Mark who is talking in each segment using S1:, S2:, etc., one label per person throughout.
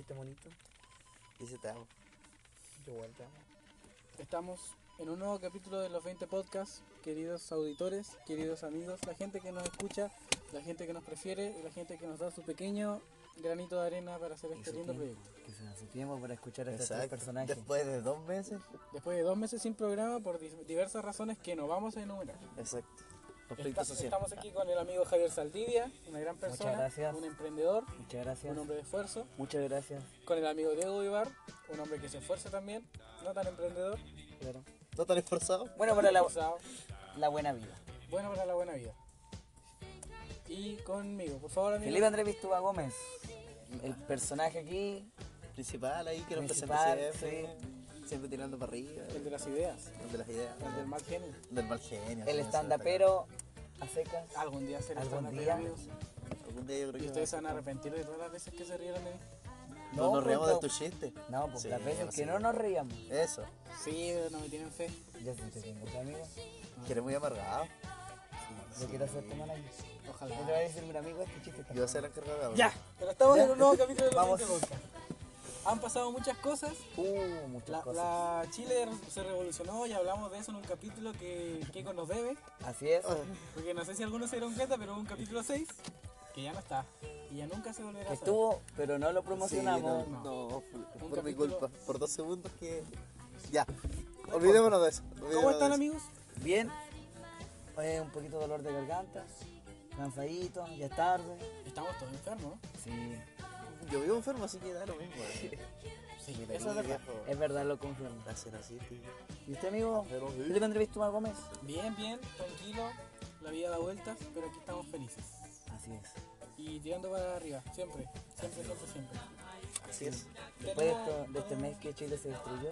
S1: este monito.
S2: Dice te amo.
S1: Yo igual te amo.
S3: Estamos en un nuevo capítulo de los 20 podcasts, queridos auditores, queridos amigos, la gente que nos escucha, la gente que nos prefiere y la gente que nos da su pequeño granito de arena para hacer
S4: Y
S3: este
S4: su
S3: lindo
S4: tiempo,
S3: proyecto.
S4: Que se da su tiempo para escuchar a estos tres personajes.
S2: Después de dos meses.
S3: Después de dos meses sin programa por di- diversas razones que no vamos a enumerar.
S2: Exacto. Conflicto
S3: Esta-
S2: social.
S3: estamos aquí con el amigo Javier Saldivia, una gran persona,
S4: gracias.
S3: un emprendedor,
S4: Muchas
S3: un
S4: gracias.
S3: hombre de esfuerzo,
S4: Muchas gracias.
S3: con el amigo Diego Ibar, un hombre que se esfuerza también, no tan emprendedor,
S4: Claro.
S2: ¿No tan esforzado?
S4: Bueno, para la,
S3: esforzado,
S4: la buena vida.
S3: bueno para la buena vida. Y conmigo, por favor, amigo.
S4: Felipe Andrés Vistúa Gómez. El personaje aquí.
S2: Principal ahí que lo
S4: Principal,
S2: presenta siempre. Siempre tirando para arriba.
S3: El de las ideas,
S2: el de las ideas.
S3: el del mal genio.
S2: Del mal genio.
S4: El
S2: no sé,
S4: estandapero a secas.
S3: Algún día será
S4: Algún
S3: stand-up,
S4: día.
S3: amigos.
S2: Algún día yo creo
S3: Y
S2: que.
S3: ustedes se van a arrepentir de todas las veces que se rieron de mí.
S2: No, nos
S4: pues,
S2: reímos
S4: no.
S2: de tu chiste.
S4: No, pues
S2: Sí,
S4: las veces
S2: pues,
S4: que
S2: sí.
S4: no nos reíamos.
S2: Eso.
S3: Sí, pero no me tienen fe.
S4: Yo sí te tengo, amigo.
S2: Que eres muy amargado.
S4: Yo quiero hacerte manager.
S3: Ojalá.
S4: Yo te voy a decir, un amigo, este chiste está
S2: Yo voy a ser el encargado de hablar.
S3: Ya, pero estamos en un nuevo capítulo de los
S4: Vamos.
S3: 20 podcast. Han pasado muchas cosas.
S4: Uh, muchas
S3: La,
S4: cosas.
S3: la Chile se revolucionó y hablamos de eso en un capítulo que Keiko nos debe.
S4: Así
S2: Ah,
S4: es.
S3: Porque no sé si algunos se dieron cuenta, pero hubo un capítulo 6 que ya no está. Y ya nunca se volverá a hacer.
S4: Estuvo, pero no lo
S2: Sí,
S4: promocionamos.
S2: no, no, por-
S3: Un
S2: por mi
S3: capítulo-
S2: culpa. Por dos segundos que. Ya. Olvidémonos de eso.
S3: ¿Cómo
S2: olvidémonos
S3: están
S2: de eso.
S3: amigos?
S4: Bien. Eh, un poquito de dolor de garganta. Cansadito, ya es tarde.
S3: Estamos todos enfermos. ¿no?
S4: Sí.
S2: Yo vivo enfermo, así que da lo mismo. eh.
S3: Sí,
S2: Mira,
S3: eso es
S2: mi
S3: verdad.
S2: viejo,
S4: Es verdad, lo confirmo.
S2: Hacen así, tío.
S4: ¿Y usted, amigo?
S2: Pero-
S4: Felipe Andrés Tumar Gómez.
S3: Bien, bien, tranquilo. La vida da vueltas, pero aquí estamos felices.
S4: Así es.
S3: Y tirando para arriba, siempre, siempre, siempre, siempre.
S2: Así es.
S4: Después de, esto- de este mes que Chile se destruyó,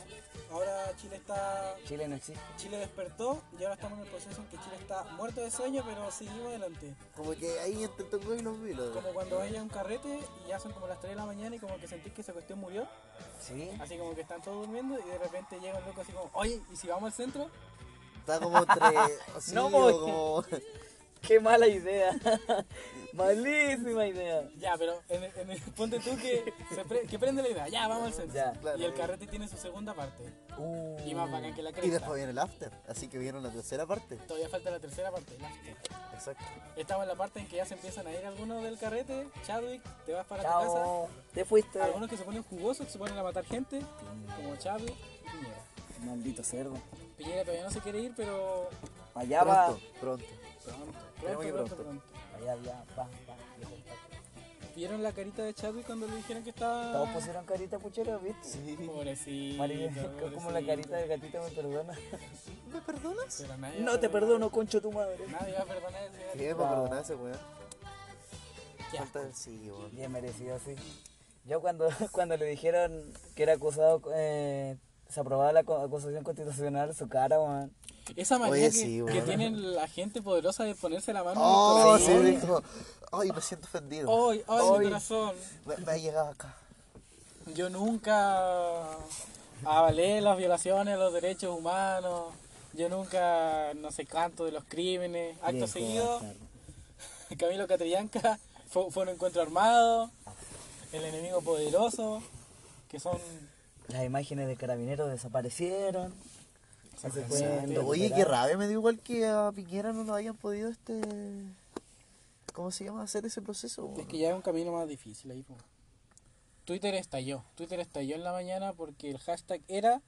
S3: Ahora Chile está
S4: Chile no existe.
S3: Chile despertó y ahora estamos en el proceso en que Chile está muerto de sueño, pero seguimos adelante.
S2: Como que ahí entre Tongo y los vilos.
S3: Como cuando vayas a un carrete y ya son como las 3 de la mañana y como que sentís que esa cuestión murió,
S4: Sí.
S3: así como que están todos durmiendo y de repente llega un loco así como, oye, ¿y si vamos al centro?
S2: Está como entre. Sí,
S4: No,
S2: o
S4: porque-
S2: como.
S4: ¡Qué mala idea! ¡Malísima idea!
S3: Ya, pero en el- en el- ponte tú que, se pre- que prende la idea, ya, vamos al centro.
S4: Ya,
S2: claro.
S3: y el carrete tiene su segunda parte
S4: Uh,
S3: y más bacán que la cresta.
S2: Y después viene el after. Así que viene la tercera parte.
S3: Todavía falta la tercera parte, la after.
S2: Exacto.
S3: Estamos en la parte en que ya se empiezan a ir algunos del carrete, Chadwick, te vas para tu casa.
S4: ¡Chao! ¡Te fuiste!
S3: Algunos que se ponen jugosos, que se ponen a matar gente, como Chávez y Piñera.
S4: Maldito cerdo.
S3: Piñera todavía no se quiere ir, pero
S4: Pa' allá va.
S2: Pronto, pronto.
S3: pronto,
S2: Pero
S3: pronto,
S2: muy
S3: pronto,
S2: pronto.
S3: pronto.
S4: Pa' allá, ya, va, va. viejo, pa.
S3: ¿Vieron la carita de Chadwick cuando le dijeron que estaba...?
S4: Todos pusieron carita puchero, ¿viste?
S2: Sí.
S3: Pobrecito,
S4: Marica, es como la
S3: pobrecito.
S4: carita del gatito me perdona.
S2: ¿Me perdonas?
S3: Pero nadie va
S4: No
S3: a
S4: te
S3: perdonar-
S4: perdono, concho tu madre.
S3: Nadie va a perdonar ese
S2: ¿Qué? ¿Me
S4: Wow.
S2: perdonar ese weón?
S3: Qué asco.
S2: Falta sí, weón.
S4: Bien merecido, sí. Yo cuando, cuando le dijeron que era acusado, eh, se aprobaba la co- acusación constitucional, su cara, weón.
S3: Esa manera
S2: Oye,
S3: que,
S2: sí,
S3: que
S2: bueno.
S3: tienen la gente poderosa de ponerse la mano
S2: Oh,
S3: en
S2: sí,
S3: el corazón.
S2: es como. Ay, me siento ofendido.
S3: Ay, ay, mi
S4: Ay.
S3: corazón.
S2: Me, me ha llegado acá.
S3: Yo nunca avalé las violaciones a los derechos humanos. Yo nunca, no sé cuánto, de los crímenes. Acto
S4: Viejo
S3: seguido,
S4: bastardo.
S3: Camilo Catrillanca fue, fue un encuentro armado. El enemigo poderoso, que son.
S4: Las imágenes de carabineros desaparecieron. No se pueden
S3: Pero
S2: Oye,
S4: recuperar.
S2: qué rabia me dio igual que a Piñera no lo hayan podido este. ¿Cómo se llama? Hacer ese proceso. weón.
S3: Es que ya es un camino más difícil ahí. po. Twitter estalló. Twitter estalló en la mañana porque el hashtag era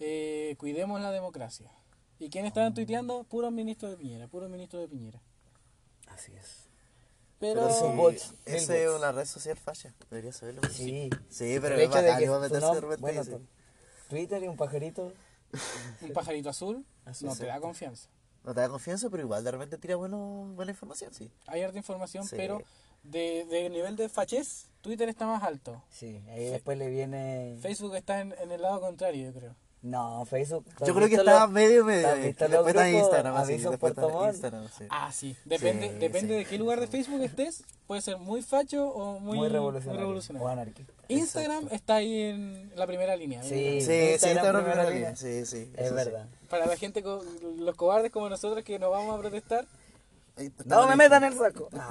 S3: eh, Cuidemos la democracia. ¿Y quién estaban tuiteando? Puro ministro de Piñera, puro ministro de Piñera.
S4: Así es.
S3: Pero,
S2: Pero
S4: Pero
S2: sí,
S4: son bots,
S2: esa
S4: mil
S2: es
S4: bots.
S2: una red social falla. Debería saberlo.
S4: Sí.
S2: Sí, pero
S4: El
S2: es
S4: hecho de
S2: bacán,
S4: que
S2: iba a
S4: tu
S2: meterse
S4: nom-
S2: de repente y
S4: bueno,
S2: dice,
S4: tu- Twitter y un pajarito.
S3: un pajarito azul
S2: Así
S3: no
S2: es,
S3: te da
S2: exacto.
S3: confianza.
S2: No te da confianza, pero igual de repente tira bueno, buena información, sí.
S3: Hay harta información,
S2: Sí.
S3: pero de, de nivel de fachez, Twitter está más alto.
S4: Sí, ahí después le viene...
S3: Facebook está en, en el lado contrario, yo creo.
S4: No, Facebook. ¿tú has
S2: Yo creo que
S4: visto
S2: estaba
S4: los-
S2: medio medio.
S4: has
S2: eh.
S4: visto los
S2: después está en
S4: grupos?
S2: Instagram, así,
S4: Aviso
S2: después está
S4: Puerto
S2: en
S4: Montt.
S2: Instagram, sí.
S3: Ah, sí. Depende,
S2: Sí,
S3: depende
S2: sí.
S3: de qué lugar de Facebook estés. Puede ser muy facho o muy,
S4: muy, revolucionario.
S3: muy revolucionario.
S4: O anarquista.
S3: Instagram está ahí en la primera línea.
S4: Sí,
S2: Sí, sí,
S4: Instagram
S2: Instagram
S4: primera
S2: primera
S4: línea.
S2: línea, Sí, sí. eso
S4: Es
S2: sí.
S4: verdad.
S3: Para la gente, co- los cobardes como nosotros que nos vamos a protestar.
S2: Ahí está
S4: No me
S2: listo.
S4: metan el saco. No.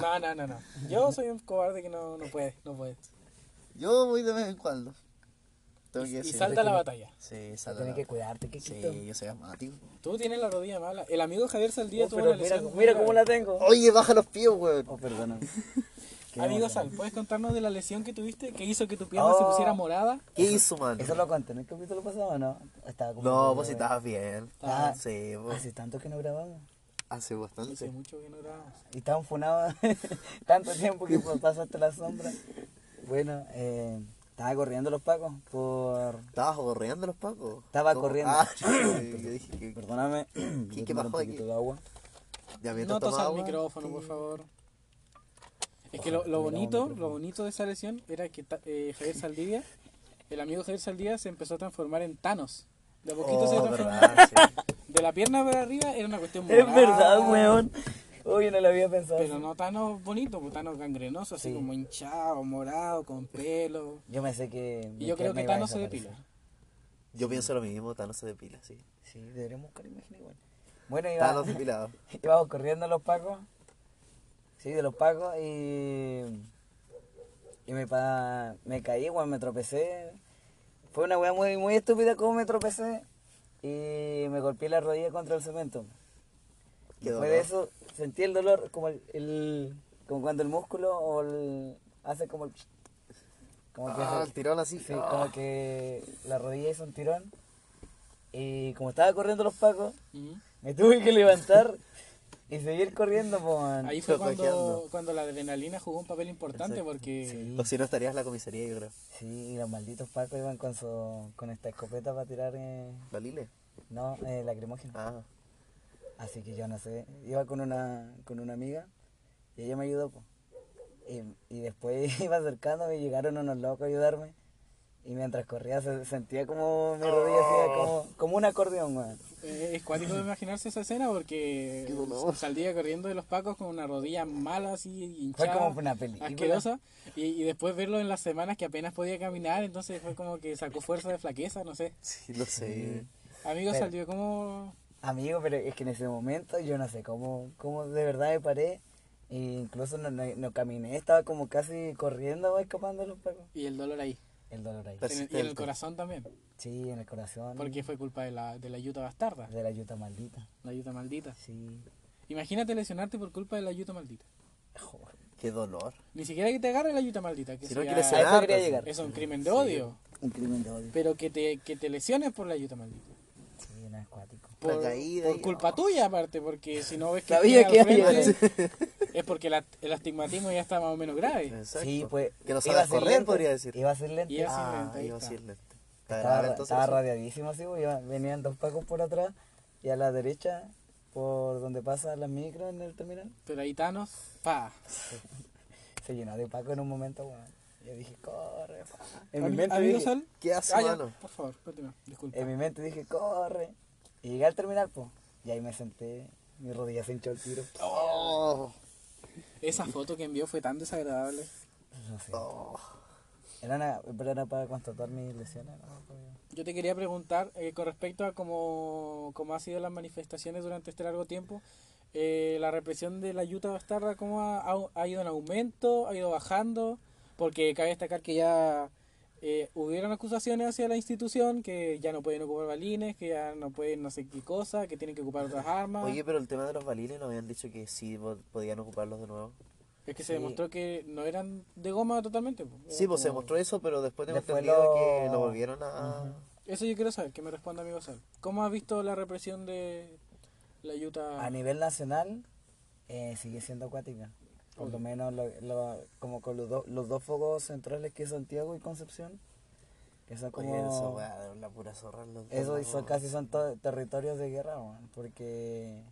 S3: No, no, no, no. Yo soy un cobarde que no, no puede, no puede.
S2: Yo voy de vez en cuando. Tengo que
S3: Y
S2: decir.
S3: salta la batalla.
S2: Sí,
S4: Vas a
S2: salta la
S4: tener que
S2: batalla.
S4: cuidarte, que
S2: Sí, yo soy asmático.
S3: Tú tienes la rodilla mala. El amigo Javier Saldía tuvo
S4: Oh, pero
S3: una
S4: mira,
S3: lesión. muy
S4: mira cómo la
S3: grave.
S4: tengo.
S2: Oye, baja los pies, weón.
S4: Oh, perdóname. Qué
S3: Amigo
S4: emoción.
S3: Sal, ¿puedes contarnos de la lesión que tuviste que hizo que tu pierna se
S4: Oh.
S3: pusiera morada?
S2: ¿Qué hizo, man?
S4: ¿Eso lo conté en el capítulo pasado o no? Estaba como
S2: No, vos sí pues. estabas bien.
S4: Ah.
S2: Sí, vos.
S4: Hace tanto que no grabamos.
S2: Hace
S3: Hace
S2: bastante.
S3: mucho que no grabamos.
S4: Y estaban funados tanto tiempo que pues, pasaste la sombra. Bueno, eh, estaba corriendo los pacos por...
S2: ¿Estabas borreando los pacos?
S4: Estaba
S2: ¿Cómo?
S4: corriendo.
S2: Ah, yo dije que.
S4: Perdóname, voy a
S2: qué
S4: tomar
S2: pasó
S4: un
S2: aquí?
S4: poquito de agua.
S2: Ya
S3: No
S2: mientras
S3: tosa
S2: tomaba
S3: el
S2: agua,
S3: micrófono, por favor. Es que lo, lo bonito, lo bonito de esa lesión era que ta- eh, Javier Saldivia, el amigo Javier Saldivia se empezó a transformar en Thanos. De a poquito se
S2: Oh,
S3: transformó.
S2: verdad, sí.
S3: De la pierna para arriba era una cuestión
S4: Es
S3: morada,
S4: verdad, weón. Oye, no lo había pensado.
S3: Ah. Pero no Thanos bonito, pues Thanos gangrenoso, así
S4: Sí.
S3: como hinchado, morado, con pelo.
S4: Yo me sé que... mi
S3: Y yo creo
S4: pierna
S3: que
S4: iba a
S3: Thanos se
S4: desaparecer.
S3: depila.
S2: Yo pienso lo mismo, Thanos se depila, sí.
S4: Sí, deberíamos buscar imagen igual. Bueno, iba,
S2: Thanos depilado.
S4: íbamos corriendo los pacos. Sí, de los pacos y. Y me, pa- me caí, weón, me tropecé. Fue una weá muy, muy estúpida como me tropecé. Y me golpeé la rodilla contra el cemento.
S2: Qué
S4: Después de
S2: dolor.
S4: eso sentí el dolor como el, el- como cuando el músculo o el- hace como el como que
S2: Ah,
S4: hace-
S2: el tirón así.
S4: sí,
S2: Ah.
S4: como que la rodilla hizo un tirón y como estaba corriendo los pacos
S3: Ujú.
S4: me tuve que levantar y seguir corriendo, po, man.
S3: Ahí fue cuando,
S2: Forcejeando.
S3: cuando la adrenalina jugó un papel importante porque
S2: O si no estarías en la comisaría, yo creo.
S4: Sí, y los malditos pacos iban con su, con esta escopeta para tirar, eh,
S2: ¿La Lile?
S4: no, eh, lacrimógeno.
S2: Ah.
S4: Así que yo no sé, iba con una, con una amiga y ella me ayudó, po. Y, y después iba acercándome y llegaron unos locos a ayudarme. Y mientras corría se- sentía como mi rodilla hacía como, como un acordeón, weón.
S3: eh, es cuático de imaginarse esa escena porque saldía corriendo de los pacos con una rodilla mala así
S4: Fue
S3: hinchada,
S4: como una película.
S3: asquerosa y, y después verlo en las semanas que apenas podía caminar, entonces fue como que sacó fuerza de flaqueza, no sé.
S2: Sí, lo sé.
S3: Amigo
S4: Pero-
S3: salió como
S4: Amigo, pero es que en ese momento yo no sé cómo, cómo de verdad me paré. E incluso no, no- no caminé, estaba como casi corriendo, güey, escapando de los pacos.
S3: y el dolor ahí
S4: El dolor ahí.
S3: En el- y en el
S2: Persistente.
S3: corazón también,
S4: Sí, en el corazón.
S3: porque fue culpa de la de la yuta bastarda,
S4: De la yuta maldita.
S3: la yuta maldita.
S4: Sí.
S3: Imagínate lesionarte por culpa de la yuta maldita.
S4: Joder.
S2: Qué dolor.
S3: Ni siquiera que te agarre la yuta maldita, que
S2: Si no
S3: sea-
S2: quieres
S4: A eso
S2: cenar,
S4: quería
S2: pues,
S4: llegar.
S3: es un crimen de odio,
S4: Un crimen de odio.
S3: pero que te que te lesiones por la yuta maldita.
S4: Sí, no, acuático.
S2: Una
S3: por,
S2: caída
S3: por
S2: y-
S3: culpa tuya aparte, porque si no ves que
S4: Sabía
S3: tiene al
S4: que iba a
S3: frente, es porque la- el astigmatismo ya está más o menos grave.
S2: Exacto.
S4: Sí, pues.
S2: Que no
S4: iba a
S2: sabes
S4: ser
S2: correr,
S4: lento,
S2: podría decir.
S4: Iba a ser lento.
S3: Iba a ser
S4: Ah,
S2: Ah,
S3: lento, ahí
S2: iba a
S3: está.
S2: ser lento. Está
S4: estaba
S2: grave,
S4: ra-
S2: entonces.
S4: estaba
S2: eso.
S4: radiadísimo, sí, pues, iba- venían dos pacos por atrás y a la derecha, por donde pasa la micro en el terminal,
S3: Pero ahí Thanos, pa.
S4: se llenó de pacos en un momento, weón. Yo dije, corre, pa". En mi
S3: Ami-
S4: mente
S3: Amigo
S4: dije,
S3: Sol,
S2: ¿Qué hace,
S3: ah, ya,
S2: mano?
S3: por favor, continúa, disculpa.
S4: en mi mente dije, corre. Y llegué al terminal, pues, y ahí me senté, mi rodilla se hinchó el tiro.
S2: Oh,
S3: Esa foto que envió fue tan desagradable.
S4: Pues, No sé.
S2: oh.
S4: Era, una- pero era para constatar mis lesiones. ¿no?
S3: Yo te quería preguntar eh, con respecto a cómo, cómo han sido las manifestaciones durante este largo tiempo. eh, la represión de la yuta bastarda, ¿cómo ha, ha- ha ido en aumento? ¿Ha ido bajando? Porque cabe destacar que ya eh, hubieron acusaciones hacia la institución, que ya no pueden ocupar balines, que ya no pueden no sé qué cosa, que tienen que ocupar otras armas.
S2: Oye, pero el tema de los balines nos habían dicho que sí po- podían ocuparlos de nuevo.
S3: es que se demostró que no eran de goma totalmente. po.
S2: Sí, pues se mostró eso, pero después tengo
S4: Uh. Después
S2: entendido
S4: lo-
S2: que lo volvieron a.
S3: Eso yo quiero saber, que me responda amigo Sal. ¿Cómo has visto la represión de la yuta?
S4: A nivel nacional, eh, sigue siendo acuática. Por lo menos, lo- lo- como con los, dos- los dos focos centrales que es Santiago y Concepción, que son como.
S2: Oye, eso, weá, la pura zorra. lo-
S4: Oh. Eso
S2: no.
S4: son, casi son to- territorios de guerra, weón, porque,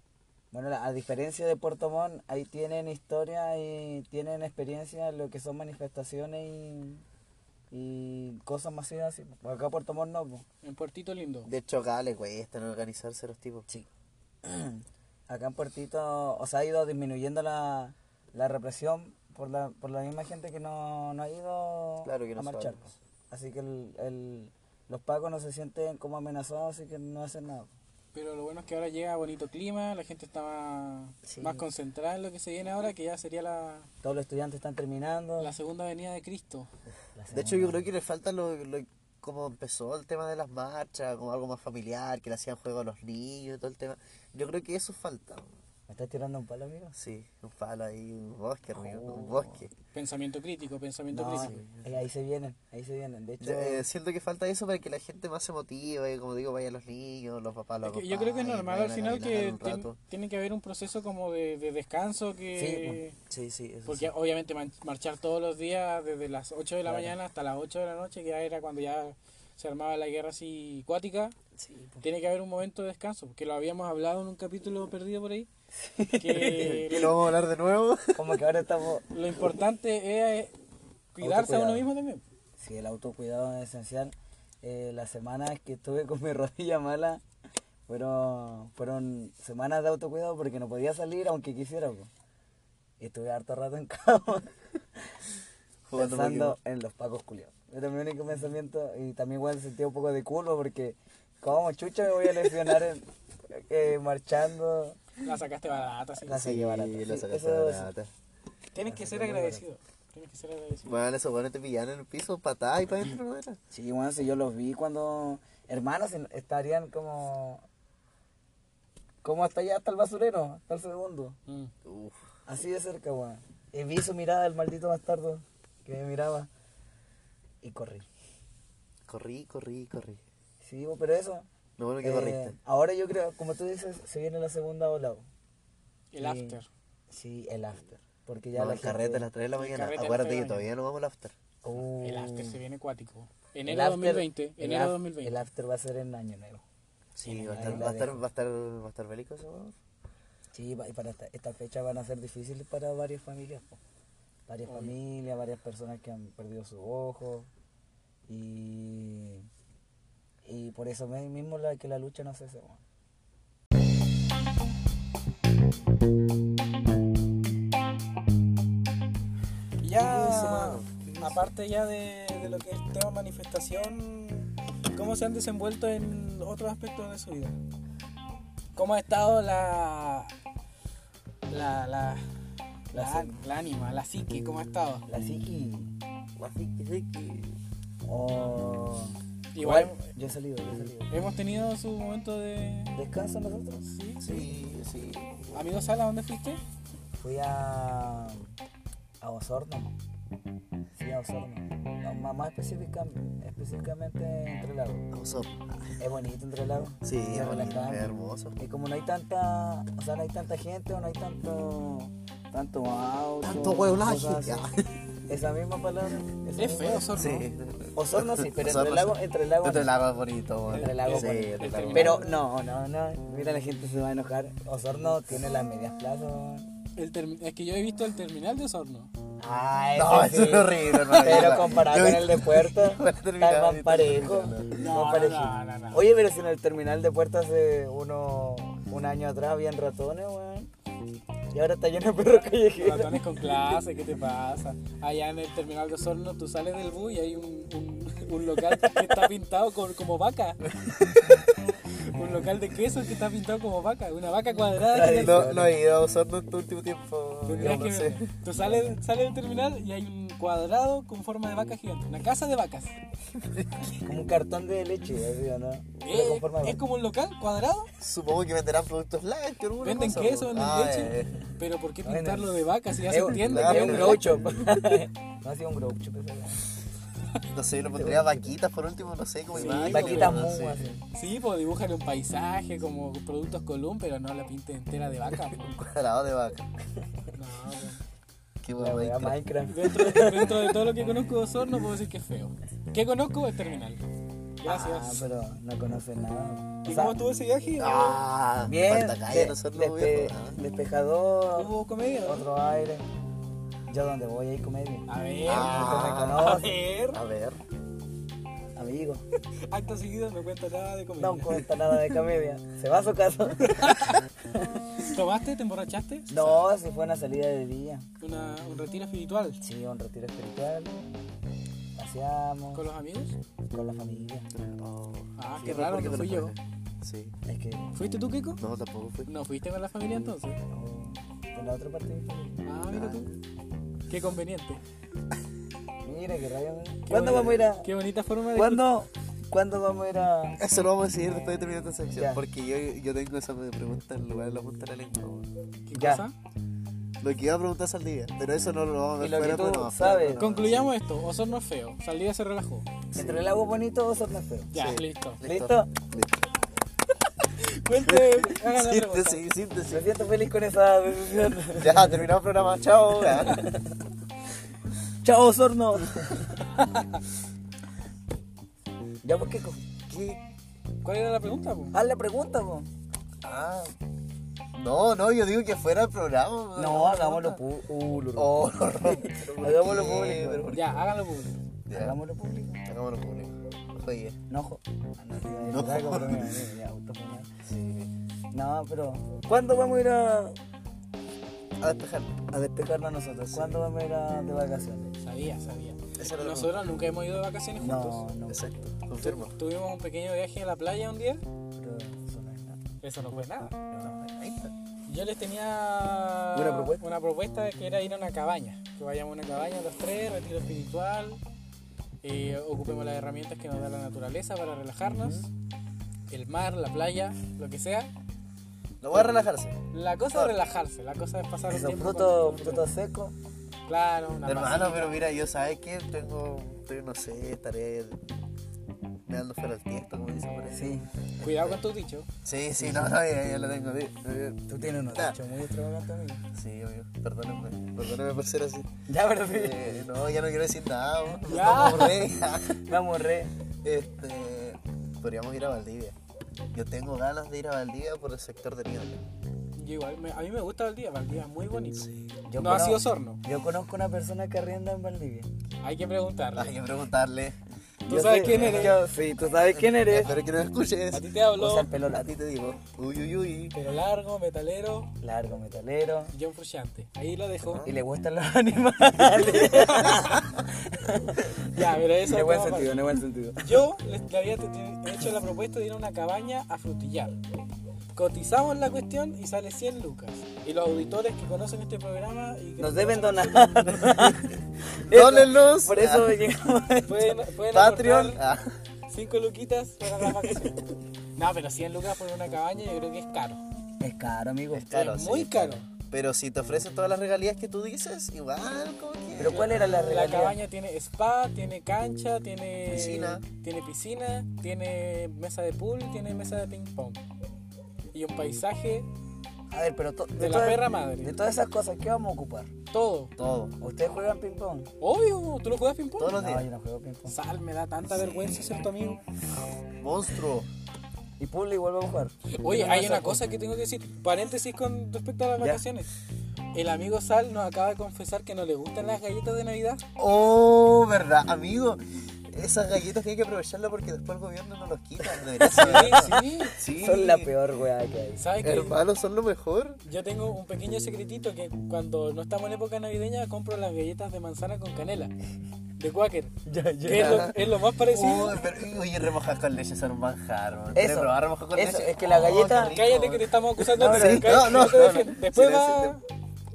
S4: bueno, la- a diferencia de Puerto Montt, ahí tienen historia y tienen experiencia en lo que son manifestaciones y, y cosas masivas. así. Acá Puerto Montt no, po.
S3: En Puertito Lindo.
S2: De hecho, acá le cuestan organizarse los tipos.
S4: Sí. Acá en Puertito, o sea, ha ido disminuyendo la, la represión por la, por la misma gente que no, no ha ido
S2: Claro que no pues.
S4: a marchar. pues.
S2: sabemos.
S4: Así que el- el- los pagos no se sienten como amenazados, así que no hacen nada.
S3: Pero lo bueno es que ahora llega bonito clima, la gente está más,
S2: Sí.
S3: más concentrada en lo que se viene ahora, que ya sería la,
S4: Todos los estudiantes están terminando.
S3: la segunda venida de Cristo.
S4: La
S2: De hecho, yo
S4: segunda-
S2: creo que le falta lo, lo- como empezó el tema de las marchas, como algo más familiar, que le hacían juego a los niños, todo el tema. Yo creo que eso falta.
S4: ¿Me estás tirando un palo, amigo?
S2: Sí, un palo ahí, un bosque, río,
S4: Oh.
S2: un bosque.
S3: Pensamiento crítico, pensamiento
S4: No,
S3: crítico.
S4: eh, ahí se vienen, ahí se vienen. De hecho,
S2: Yo, eh, siento que falta eso para que la gente más se motive, y como digo, vayan los niños, los papás, los
S3: Es que yo creo que es
S2: acompañen,
S3: normal al
S2: vayan a
S3: final
S2: caminar
S3: que
S2: un
S3: tien-
S2: rato.
S3: tiene que haber un proceso como de, de descanso que...
S2: Sí, sí, eso
S3: porque
S2: sí.
S3: obviamente man- marchar todos los días desde las 8 de la
S4: Claro.
S3: mañana hasta las 8 de la noche, que ya era cuando ya se armaba la guerra así cuática,
S2: Sí, pues.
S3: tiene que haber un momento de descanso, porque lo habíamos hablado en un capítulo perdido por ahí, que
S2: ¿Y lo vamos a hablar de nuevo?
S4: como que ahora estamos...
S3: Lo importante es eh, cuidarse a
S4: Autocuidado.
S3: uno mismo también.
S4: Sí, el autocuidado es esencial. Eh, las semanas que estuve con mi rodilla mala fueron, fueron semanas de autocuidado porque no podía salir aunque quisiera. po. Y estuve harto rato en cama
S2: Jugando
S4: pensando en los pacos culiados. Era mi único pensamiento y también igual sentía un poco de culpa porque como chucha me voy a lesionar en- eh, marchando.
S3: La sacaste barata, sí.
S4: La
S2: Sí,
S4: saqué barata.
S2: lo
S4: Sí,
S2: sacaste
S4: eso es-
S2: barata.
S3: Tienes que ser agradecido. Tienes que ser agradecido.
S2: Bueno, esos buenos te pillaron en el piso, patada y para adentro, ¿no era?
S4: Sí, bueno, si yo los vi cuando hermanos en- estarían como... Como hasta allá, hasta el basurero, hasta el segundo.
S3: Mm.
S2: Uf.
S4: Así de cerca, weón. Y vi su mirada del maldito bastardo que me miraba. Y corrí.
S2: Corrí, corrí, corrí.
S4: Sí, weón, pero eso.
S2: Lo bueno que
S4: eh,
S2: corriste.
S4: Ahora yo creo, como tú dices, se viene la segunda ola. weón.
S3: El
S4: Y-
S3: after.
S4: Sí, el after. Porque ya
S2: Ya
S4: la
S2: el carrete a las 3 de la
S3: el
S2: mañana.
S3: carrete a las
S2: Acuérdate
S3: tres de
S2: que
S3: la
S2: todavía no vamos al after.
S4: Oh.
S3: El after se viene acuático.
S4: El
S3: Enero
S4: after-
S3: 2020.
S4: el
S3: Enero
S4: af-
S3: 2020.
S4: El after va a ser en año nuevo.
S2: Sí, va a
S4: ahí
S2: estar,
S4: la
S2: va a estar,
S4: dejo.
S2: va a estar, va a estar bélico ese huevo.
S4: Sí, va- y para esta, esta fecha van a ser difíciles para varias familias. po. Varias familias, varias personas que han perdido su ojo. Y, y por eso me- mismo la, que la lucha no cese. weón.
S3: Y ya, aparte ya de, de lo que es tema manifestación, ¿cómo se han desenvuelto en otros aspectos de su vida? ¿Cómo ha estado la... La, la,
S4: La
S3: la,
S4: psique.
S3: la ánima, la psique, ¿cómo ha estado?
S4: La psiqui.
S2: Guasiki, siki.
S4: Oh.
S3: Igual-
S4: Yo he salido, yo he salido.
S3: Hemos tenido su momento de.
S4: ¿Descansa nosotros?
S3: Sí,
S2: Sí, sí.
S3: Amigo Sala, ¿dónde fuiste?
S4: Fui a. a Osorno. Sí, a Osorno. No, más- más específica, específicamente entre lagos.
S2: Vamos up.
S4: Es bonito entre lagos.
S2: Sí,
S4: Es
S2: es bonito,
S4: relajante.
S2: es hermoso.
S4: Y como no hay tanta, o sea, no hay tanta gente o no hay tanto, tanto auto.
S2: Tanto huevolaje,
S4: cosas así. Esa misma palabra. esa
S3: Es
S4: misma-
S3: feo, Osorno.
S2: Sí.
S4: Osorno sí, pero entre
S2: Osorno
S4: el lago,
S2: sí.
S4: entre el lago.
S2: Entre el
S4: no.
S2: lago es bonito.
S4: Entre el lago
S2: Sí,
S4: bonito.
S2: entre el
S3: Entre
S2: lago.
S3: el
S4: Pero no, no, no. Mira, la gente se va a enojar. Osorno tiene las medias plazas.
S3: El termi- es que yo he visto el terminal de Osorno.
S4: Ah, ese
S2: No, eso
S4: sí.
S2: es horrible, hermano.
S4: Pero comparado
S2: Yo
S4: con
S2: vi-
S4: el de Puerto,
S2: Voy a
S4: está
S2: terminar
S4: más
S2: ahorita,
S4: parejo.
S3: No,
S4: más
S3: no,
S4: parejo.
S3: no, no, no.
S4: Oye, pero si en el terminal de Puerto hace uno, un año atrás habían ratones, weón. Y ahora está lleno de perros callejeros.
S3: Ratones con clase, ¿qué te pasa? Allá en el terminal de Osorno tú sales del bus y hay un, un- un local que está pintado con- como vaca. un local de queso que está pintado como vaca. Una vaca cuadrada. que
S2: Ay, No, no he ido a usarlo en tu último tiempo.
S3: Tendrías
S2: no
S3: que
S2: sé.
S3: ver. Tú sales, sales del terminal y hay un cuadrado con forma de vaca gigante. Una casa de vacas.
S4: Como un cartón de leche, así, ¿o ¿no? Pero
S3: Eh,
S4: con forma de-
S3: es como un local cuadrado
S2: Supongo que venderán productos lácteos. alguna
S3: Venden
S2: cosa,
S3: queso,
S2: po.
S3: venden
S2: Ah,
S3: leche.
S2: eh, eh.
S3: Pero ¿por qué
S4: Bueno. eh,
S3: pintarlo de vaca si ya se
S4: Es un-
S3: entiende?
S4: es
S2: claro.
S3: que
S4: ah, un
S3: es
S4: grow shop. no ha sido un grow shop. esa weá.
S2: Ah, eh, No sé, yo le pondría vaquitas por último, no sé, como
S3: Sí,
S2: imagen.
S4: Vaquitas
S2: pero no
S4: mu,
S2: sé.
S4: así.
S3: Sí, pues dibujan un paisaje como productos Colum, pero no la pinten entera de vaca. po.
S2: Un cuadrado de vaca.
S3: No, po.
S2: Qué
S4: La weá
S2: bonito.
S4: Minecraft.
S3: dentro, dentro de todo lo que conozco de Osorno puedo decir que es feo. ¿Qué conozco? El terminal.
S4: Ah,
S3: Gracias.
S4: pero no conoce nada. O
S3: ¿Y
S4: sea,
S3: cómo estuvo ese viaje?
S2: Ah,
S4: Bien,
S2: falta calle,
S4: de-
S2: nosotros no
S4: despe-
S2: viejos, ah.
S4: despejador,
S3: ¿Hubo comedia?
S4: otro aire. Yo donde voy hay comedia.
S3: A ver,
S2: Ah.
S3: a ver.
S2: A ver,
S4: Amigo,
S3: Acto seguido no cuenta nada de comedia.
S4: no pues. cuenta nada de comedia. ¿Se va a su casa?
S3: ¿Tomaste? ¿Te emborrachaste?
S4: No, si fue una salida de día.
S3: Una- un retiro espiritual
S4: Sí, un retiro espiritual. Paseamos
S3: con
S4: con,
S3: los amigos.
S4: la familia.
S3: Ah,
S2: Sí,
S3: qué
S2: no,
S3: Ah, raro
S2: porque te
S3: que
S2: lo
S3: fui yo.
S2: pones. Sí.
S4: Es que.
S3: ¿Fuiste tú, Kiko?
S2: No, tampoco fue.
S3: No, fuiste con la familia entonces.
S4: no, Por la otra parte. de mi familia.
S3: Ah,
S2: Mm.
S3: mira tú. Qué conveniente.
S4: Mira qué rayo. ¿no?
S3: Qué
S4: ¿Cuándo
S3: bonita-
S4: vamos a ir a.?
S3: Qué bonita forma de.
S4: ¿Cuándo? ¿Cuándo vamos a ir a.?
S2: Eso lo vamos a decidir después de terminar esta sección.
S4: Ya.
S2: Porque yo, yo tengo esa pregunta en lugar de la punta de la lengua. weón.
S3: ¿Qué
S4: Ya.
S3: cosa?
S2: Lo que iba a preguntar es al día, pero eso no lo vamos a
S4: Y
S2: ver
S4: lo que
S2: fuera,
S4: tú
S2: pues, no,
S4: sabes.
S2: fuera, no, no.
S3: Concluyamos esto. Osorno es feo. Saldía se relajó.
S4: Entre el agua bonito o más feo.
S3: Ya,
S2: Sí.
S3: listo.
S4: ¿Listo?
S3: Cuente, hagan la pregunta.
S2: Síntesis, síntesis.
S4: Me siento feliz con esa decisión.
S2: Ya, terminado el programa. Chao.
S4: ¡Chao, Osorno! ya, pues, Kiko.
S2: ¿Qué?
S3: ¿Cuál era la pregunta? po?
S4: Haz la pregunta, po.
S2: Ah. No, no, yo digo que fuera el programa.
S4: No, hagámoslo uh, público.
S2: Oh, lo rompí, pero ¿por
S4: Hagámoslo
S2: qué?
S4: público.
S2: Pero ¿por qué?
S3: Ya, háganlo público.
S2: Ya,
S4: Hagámoslo público.
S2: Hagámoslo público. Oye.
S4: No, jo- Ah, no, sí,
S2: No.
S4: es algo, pero mira, mira, ya, autofumar.
S2: Sí.
S4: No, pero. ¿Cuándo vamos a ir a,
S2: A despejar.
S4: a despejarnos nosotros? ¿Cuándo vamos a ir a, de vacaciones?
S3: Sabía, sabía.
S2: Esa era la
S3: Nosotros nunca hemos ido de vacaciones
S4: No,
S3: juntos.
S4: no.
S2: Exacto. Confirmo.
S3: Tuvimos un pequeño viaje a la playa un día.
S4: Pero eso no es nada.
S3: Eso no fue nada.
S4: Ah,
S2: Ahí está.
S3: Yo les tenía
S4: ¿Una propuesta?
S3: una propuesta que era ir a una cabaña. Que vayamos a una cabaña los tres, retiro espiritual, eh, ocupemos las herramientas que nos da la naturaleza para relajarnos, el mar, la playa, lo que sea.
S2: No voy a relajarse.
S3: La cosa es relajarse, la cosa es pasar un
S4: Ah. Esos
S3: tiempo.
S4: frutos,
S3: con-
S4: frutos secos.
S3: Claro, una
S2: Hermano,
S3: pasita.
S2: pero mira, yo sabes que tengo, estoy, no sé, estaré dando fuera el tiesto, como dicen por ahí.
S4: Sí,
S3: Cuidado con tus dichos.
S2: Sí, sí, no, no, ya, ya lo tengo. sí, sí,
S4: tú tienes unos
S2: Ah.
S4: dichos muy extravagantes, amigo.
S2: Sí, amigo, perdóname, perdóname por ser así.
S4: Ya, pero sí.
S2: Eh, no, ya no quiero decir nada, vos,
S3: Ya.
S2: no me borré.
S4: Vamos, re.
S2: Este, podríamos ir a Valdivia. Yo tengo ganas de ir a Valdivia por el sector de Niebla.
S3: Yo igual, me- a mí me gusta Valdivia, Valdivia es muy bonito.
S4: Yo
S3: no ha
S4: conozco-
S3: sido Sorno,
S4: Yo conozco una persona que arrienda en Valdivia.
S3: hay que preguntarle.
S2: Hay que preguntarle.
S3: ¿Tú
S4: Ah, Yo
S3: sabes
S4: sé-
S3: quién eres?
S4: Yo, sí, tú sabes quién eres.
S2: Espero que no escuches.
S3: A ti te hablo,
S4: O sea, el pelo
S2: A
S4: largo,
S2: ti te digo. Uy, uy, uy.
S3: pero largo, metalero,
S4: largo, metalero.
S3: John Frusciante. Ahí lo dejo.
S4: Y le gustan los animales.
S3: Ya, pero Ah, eso
S4: en
S3: es
S4: buen
S3: tema
S4: sentido, en buen sentido.
S3: aparte. Yo les le había te- te- hecho la propuesta de ir a una cabaña a frutillar. Cotizamos la cuestión y sale 100 lucas. Y los auditores que conocen este programa y que
S4: Nos
S3: no
S4: deben
S3: conocen-
S4: donar. Ah. Eso,
S2: ¡Dólenlos!
S4: Por eso llegamos a esto.
S3: pueden, pueden
S2: Ah, Patreon.
S3: aportar
S2: Ah,
S3: 5 luquitas para las vacaciones. No, pero 100 lucas por una cabaña yo creo que es caro.
S4: Es caro, amigo.
S2: Es caro,
S3: es
S2: sí.
S3: muy caro.
S2: Pero si te ofrecen todas las regalías que tú dices, igual, como que.
S4: Pero ¿cuál era la
S3: La
S4: realidad?
S3: cabaña tiene spa, tiene cancha, tiene
S2: Piscina.
S3: tiene piscina, tiene mesa de pool, tiene mesa de ping pong. Y un paisaje,
S4: A ver, pero to- de,
S3: De la
S4: todas-
S3: perra madre.
S4: De todas esas cosas, ¿qué vamos a ocupar?
S3: todo.
S2: Todo.
S4: ¿Ustedes juegan ping-pong?
S3: Obvio, ¿tú lo juegas ping pong?
S2: Todos los
S4: No,
S2: días.
S4: yo no juego ping-pong.
S3: Sal, me da tanta vergüenza ser tu amigo.
S2: Monstruo.
S4: ¿Y pool igual vamos a jugar?
S3: Oye,
S4: Yo no
S3: hay
S4: sé
S3: una
S4: jugar.
S3: cosa que tengo que decir. Paréntesis con respecto a las
S4: Ya.
S3: vacaciones. El amigo Sal nos acaba de confesar que no le gustan las galletas de Navidad.
S2: Oh, verdad, amigo. Esas galletas tienen que aprovecharlas porque después el gobierno no los quita. Debería saber.
S3: Sí, sí.
S2: Sí.
S4: Son la peor weá que hay.
S3: ¿Sabes qué?
S2: Hermanos, son lo mejor.
S3: Yo tengo un pequeño secretito que cuando no estamos en época navideña compro las galletas de manzana con canela. De Quaker.
S4: Ya, ya.
S3: Que es lo, es lo más parecido.
S2: Uy, pero, oye, remojas con leche son un manjar. man. ¿Quieres
S4: Eso,
S2: probar remojas con
S4: eso,
S2: leche? Oh,
S4: es que la galleta-
S2: qué rico,
S3: Cállate que
S2: man.
S3: te estamos acusando
S4: No,
S3: de
S4: no,
S3: sí,
S4: no,
S3: cállate,
S2: no,
S3: no te
S2: no,
S3: defiendes.
S2: no.
S3: Después
S2: Sí,
S3: va.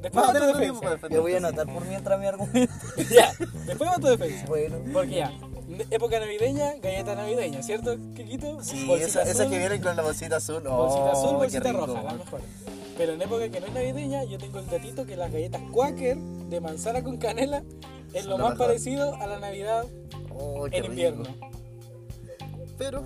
S3: Después
S2: No,
S3: va tu
S2: tenemos tiempo
S3: defensa.
S2: para
S4: Yo voy a
S2: defenderte,
S4: anotar por mientras mi argumento.
S3: Ya, después va tu defensa.
S4: Bueno,
S3: Porque ya, n- época navideña, galleta navideña, ¿cierto, Kikito?
S2: Sí,
S3: Bolsita
S2: esa, esa
S3: azul,
S2: que vienen con la bolsita azul. Oh,
S3: Bolsita azul,
S2: qué
S3: bolsita
S2: rico,
S3: roja, las
S2: man.
S3: mejores. Pero en época que no es navideña, yo tengo el datito que las galletas Quaker de manzana con canela es
S2: Lo
S3: lo más
S2: mejor.
S3: parecido a la Navidad
S2: Oh, qué
S3: en
S2: rico.
S3: invierno.
S2: Pero,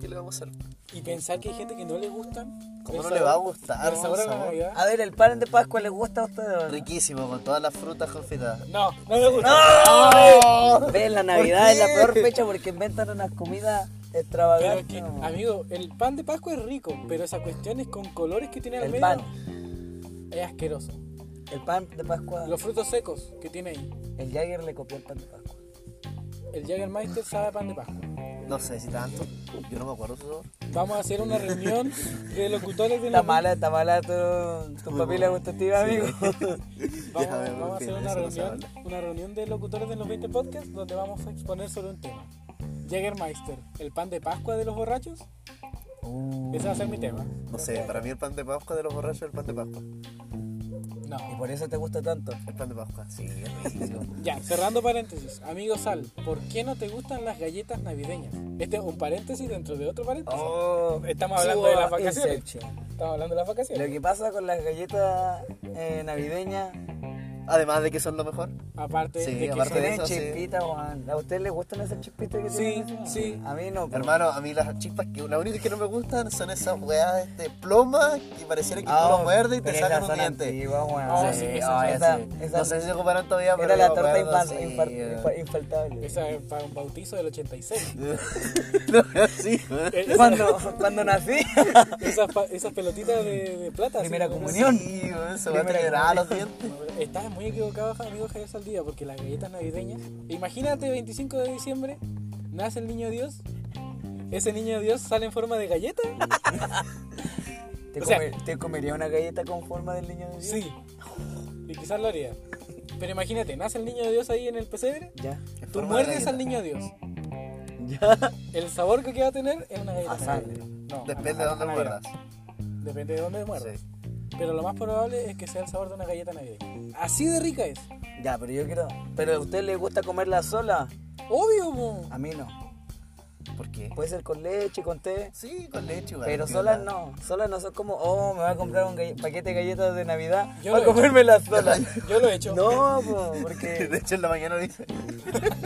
S2: ¿qué le vamos a hacer?
S3: Y pensar que hay gente que no le gustan.
S2: ¿Cómo
S3: el
S2: no le
S3: sabor-
S2: va a gustar?
S3: El sabor a la
S2: Sabor.
S3: Navidad.
S4: a ver, ¿el pan de Pascua le gusta a ustedes? o no?
S2: Riquísimo, con todas las frutas confitadas.
S3: No, no me gusta.
S2: Ah,
S4: Ven, la Navidad es la peor fecha porque inventan unas comidas
S3: Pero
S4: extravagantes.
S3: es que,
S4: ¿no?
S3: amigo, el pan de Pascua es rico, pero esa cuestión es con colores que tiene al
S4: El
S3: medio.
S4: pan.
S3: Es asqueroso.
S4: El pan de Pascua.
S3: Los frutos secos que tiene ahí.
S4: El Jagger le copió el pan de Pascua.
S3: El Jägermeister sabe a pan de Pascua.
S2: No sé si tanto. Yo no me acuerdo su sabor.
S3: Vamos a hacer una reunión de locutores de
S4: Está
S3: la
S4: mala, está mala tu, tu
S2: Muy
S4: papila
S2: bueno.
S4: gustativa, amigo.
S3: Vamos,
S2: Ya, a ver,
S3: vamos a
S2: en
S3: hacer
S2: fin,
S3: una
S2: eso no se
S3: reunión, una reunión de locutores de los 20 podcasts donde vamos a exponer sobre un tema. Jägermeister, el pan de Pascua de los borrachos.
S2: Uh.
S3: Ese va a ser mi tema.
S2: No sé, para mí el pan de Pascua de los borrachos es el pan de Pascua.
S4: Y
S3: No.
S4: por eso te gusta tanto.
S2: El pan de Pascua, sí, es rico.
S3: Ya, cerrando paréntesis. Amigo Sal, ¿por qué no te gustan las galletas navideñas? Este es un paréntesis dentro de otro paréntesis.
S4: Oh,
S3: Estamos hablando de las
S4: suba
S3: vacaciones.
S4: Inception.
S3: Estamos hablando de las
S4: Lo
S3: vacaciones.
S4: que pasa con las galletas eh, navideñas,
S2: Además de que son lo mejor.
S3: Aparte
S2: Sí,
S3: de que
S2: aparte
S3: son-
S2: de
S4: tienen
S2: eso, sí.
S4: chispitas, Juan. ¿A ustedes les gustan esas chispitas que
S3: Sí,
S4: tienen? esas?
S3: sí.
S4: A mí no. po.
S2: Hermano, a mí las chispas que las únicas que no me gustan son esas weas de ploma que pareciera que tú
S4: Ah,
S2: lo muerdes y te
S4: pero esas
S2: sacan un
S4: son
S2: diente.
S4: antiguas, Juan.
S3: Ah,
S2: Sí,
S3: sí,
S2: ay,
S3: esas-
S2: esa-
S4: esas-
S2: no
S4: esas-
S2: sé si se comparan todavía, pero
S4: Era la
S2: yo me
S4: torta
S2: acuerdo,
S4: infan-
S2: sí,
S4: infar-
S2: eh.
S4: infar- infaltable.
S3: Esa es para un bautizo del 86.
S2: No, sí, eh.
S3: Esa-
S4: Cuando, cuando nací,
S3: Esas, pa- esas pelotitas de, de plata. así
S4: Primera
S3: como-
S4: comunión.
S2: Sí, eh, se va a
S4: Primera
S2: quebrar los dientes.
S3: Estás muy equivocado, amigo Javier Saldía, porque las galletas navideñas. Imagínate, 25 de diciembre, nace el niño Dios. Ese niño Dios sale en forma de galleta.
S4: ¿te,
S3: O sea-
S4: comer- te comería una galleta con forma del niño de Dios?
S3: Sí. Y quizás lo haría. Pero imagínate, nace el niño Dios ahí en el pesebre.
S4: Ya.
S2: En
S3: Tú
S2: forma de
S3: muerdes
S2: galleta.
S3: al niño Dios.
S4: Ya.
S3: El sabor que va a tener es una galleta.
S4: A sangre.
S3: navideña. No,
S2: Depende
S3: a-
S2: de
S3: a-
S2: dónde
S3: a-
S2: muerdas.
S3: Depende de dónde muerdas.
S2: Sí.
S3: Pero lo más probable es que sea el sabor de una galleta navideña. Así de rica es.
S4: Ya, pero yo quiero. ¿Pero a usted le gusta comerla sola?
S3: Obvio, po.
S4: A mí no.
S2: ¿Por qué?
S4: Puede ser con leche, con té.
S2: Sí, con leche, igual.
S4: Pero
S2: piola.
S4: solas no, solas no son como, oh, me voy a comprar un galle- paquete de galletas de Navidad
S3: Yo
S4: para
S3: lo he
S4: comérmelas solas.
S3: Yo lo he hecho.
S4: No, po,
S2: De
S4: porque.
S2: hecho, en la mañana dice.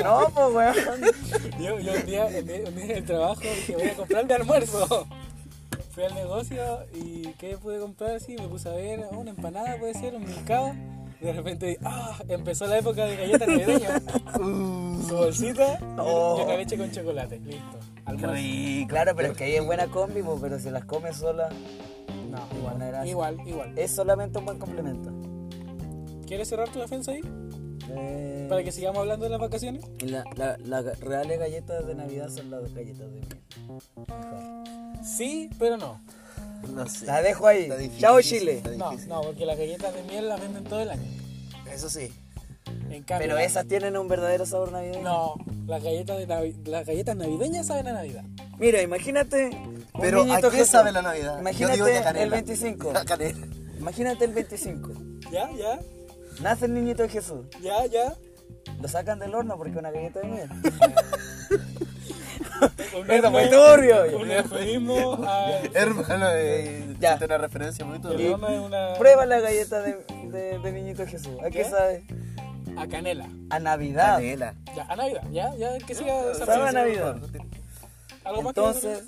S4: No, po, weón.
S3: Yo, yo un, día, un día- un día en el trabajo dije, voy a comprar de almuerzo. Fui al negocio y ¿qué pude comprar? Sí, me puse a ver ah, una empanada, puede ser, un milcao. De repente, ah, empezó la época de galletas navideñas.
S2: Uh.
S3: Su bolsita y-
S4: Oh.
S3: y una leche con chocolate. Listo.
S2: Qué
S3: Almuerzo.
S2: rico.
S4: Claro, pero es que ahí es buena combi, po, pero si las comes sola,
S3: No,
S4: Buena
S3: igual.
S4: gracia.
S3: Igual, igual.
S4: es solamente un buen complemento.
S3: ¿Quieres cerrar tu defensa ahí?
S4: Eh,
S3: Para que sigamos hablando de las vacaciones.
S4: y la- la- Las reales galletas de Navidad son las galletas de miel. Mejor.
S3: Sí, pero no.
S2: No sé.
S4: La dejo ahí.
S2: Está difícil,
S4: Chao, Chile.
S2: está
S3: No,
S2: difícil.
S3: no, porque las galletas de miel las venden todo el año.
S2: Eso sí.
S3: En cambio,
S4: Pero esas tienen un verdadero sabor navideño.
S3: No, las galletas, de Navi- las galletas navideñas saben a Navidad.
S4: Mira, imagínate. un
S2: Pero ¿a
S4: niñito
S2: qué
S4: Jesús.
S2: sabe la Navidad?
S4: Imagínate
S2: Yo digo ya canela.
S4: el 25.
S2: Ya canela.
S4: Imagínate el 25.
S3: ¿Ya? ¿Ya?
S4: Nace el niñito Jesús.
S3: ¿Ya? ¿Ya?
S4: Lo sacan del horno porque es una galleta de miel.
S3: Un
S4: Eso fue
S3: eufemismo-
S4: turbio.
S3: Un eufemismo a...
S2: Hermano, eh,
S4: Ya.
S2: hiciste una referencia muy turbia.
S3: perdón, es una-
S4: Prueba la galleta de, de- de niñito Jesús. ¿A qué
S3: ¿Ya?
S4: sabe?
S3: A canela.
S4: A Navidad.
S2: Canela.
S3: Ya, a Navidad. ¿Ya? ¿Ya? Que siga esa
S4: Sabe a
S3: frase.
S4: Navidad.
S3: ¿Algo más que
S4: Entonces,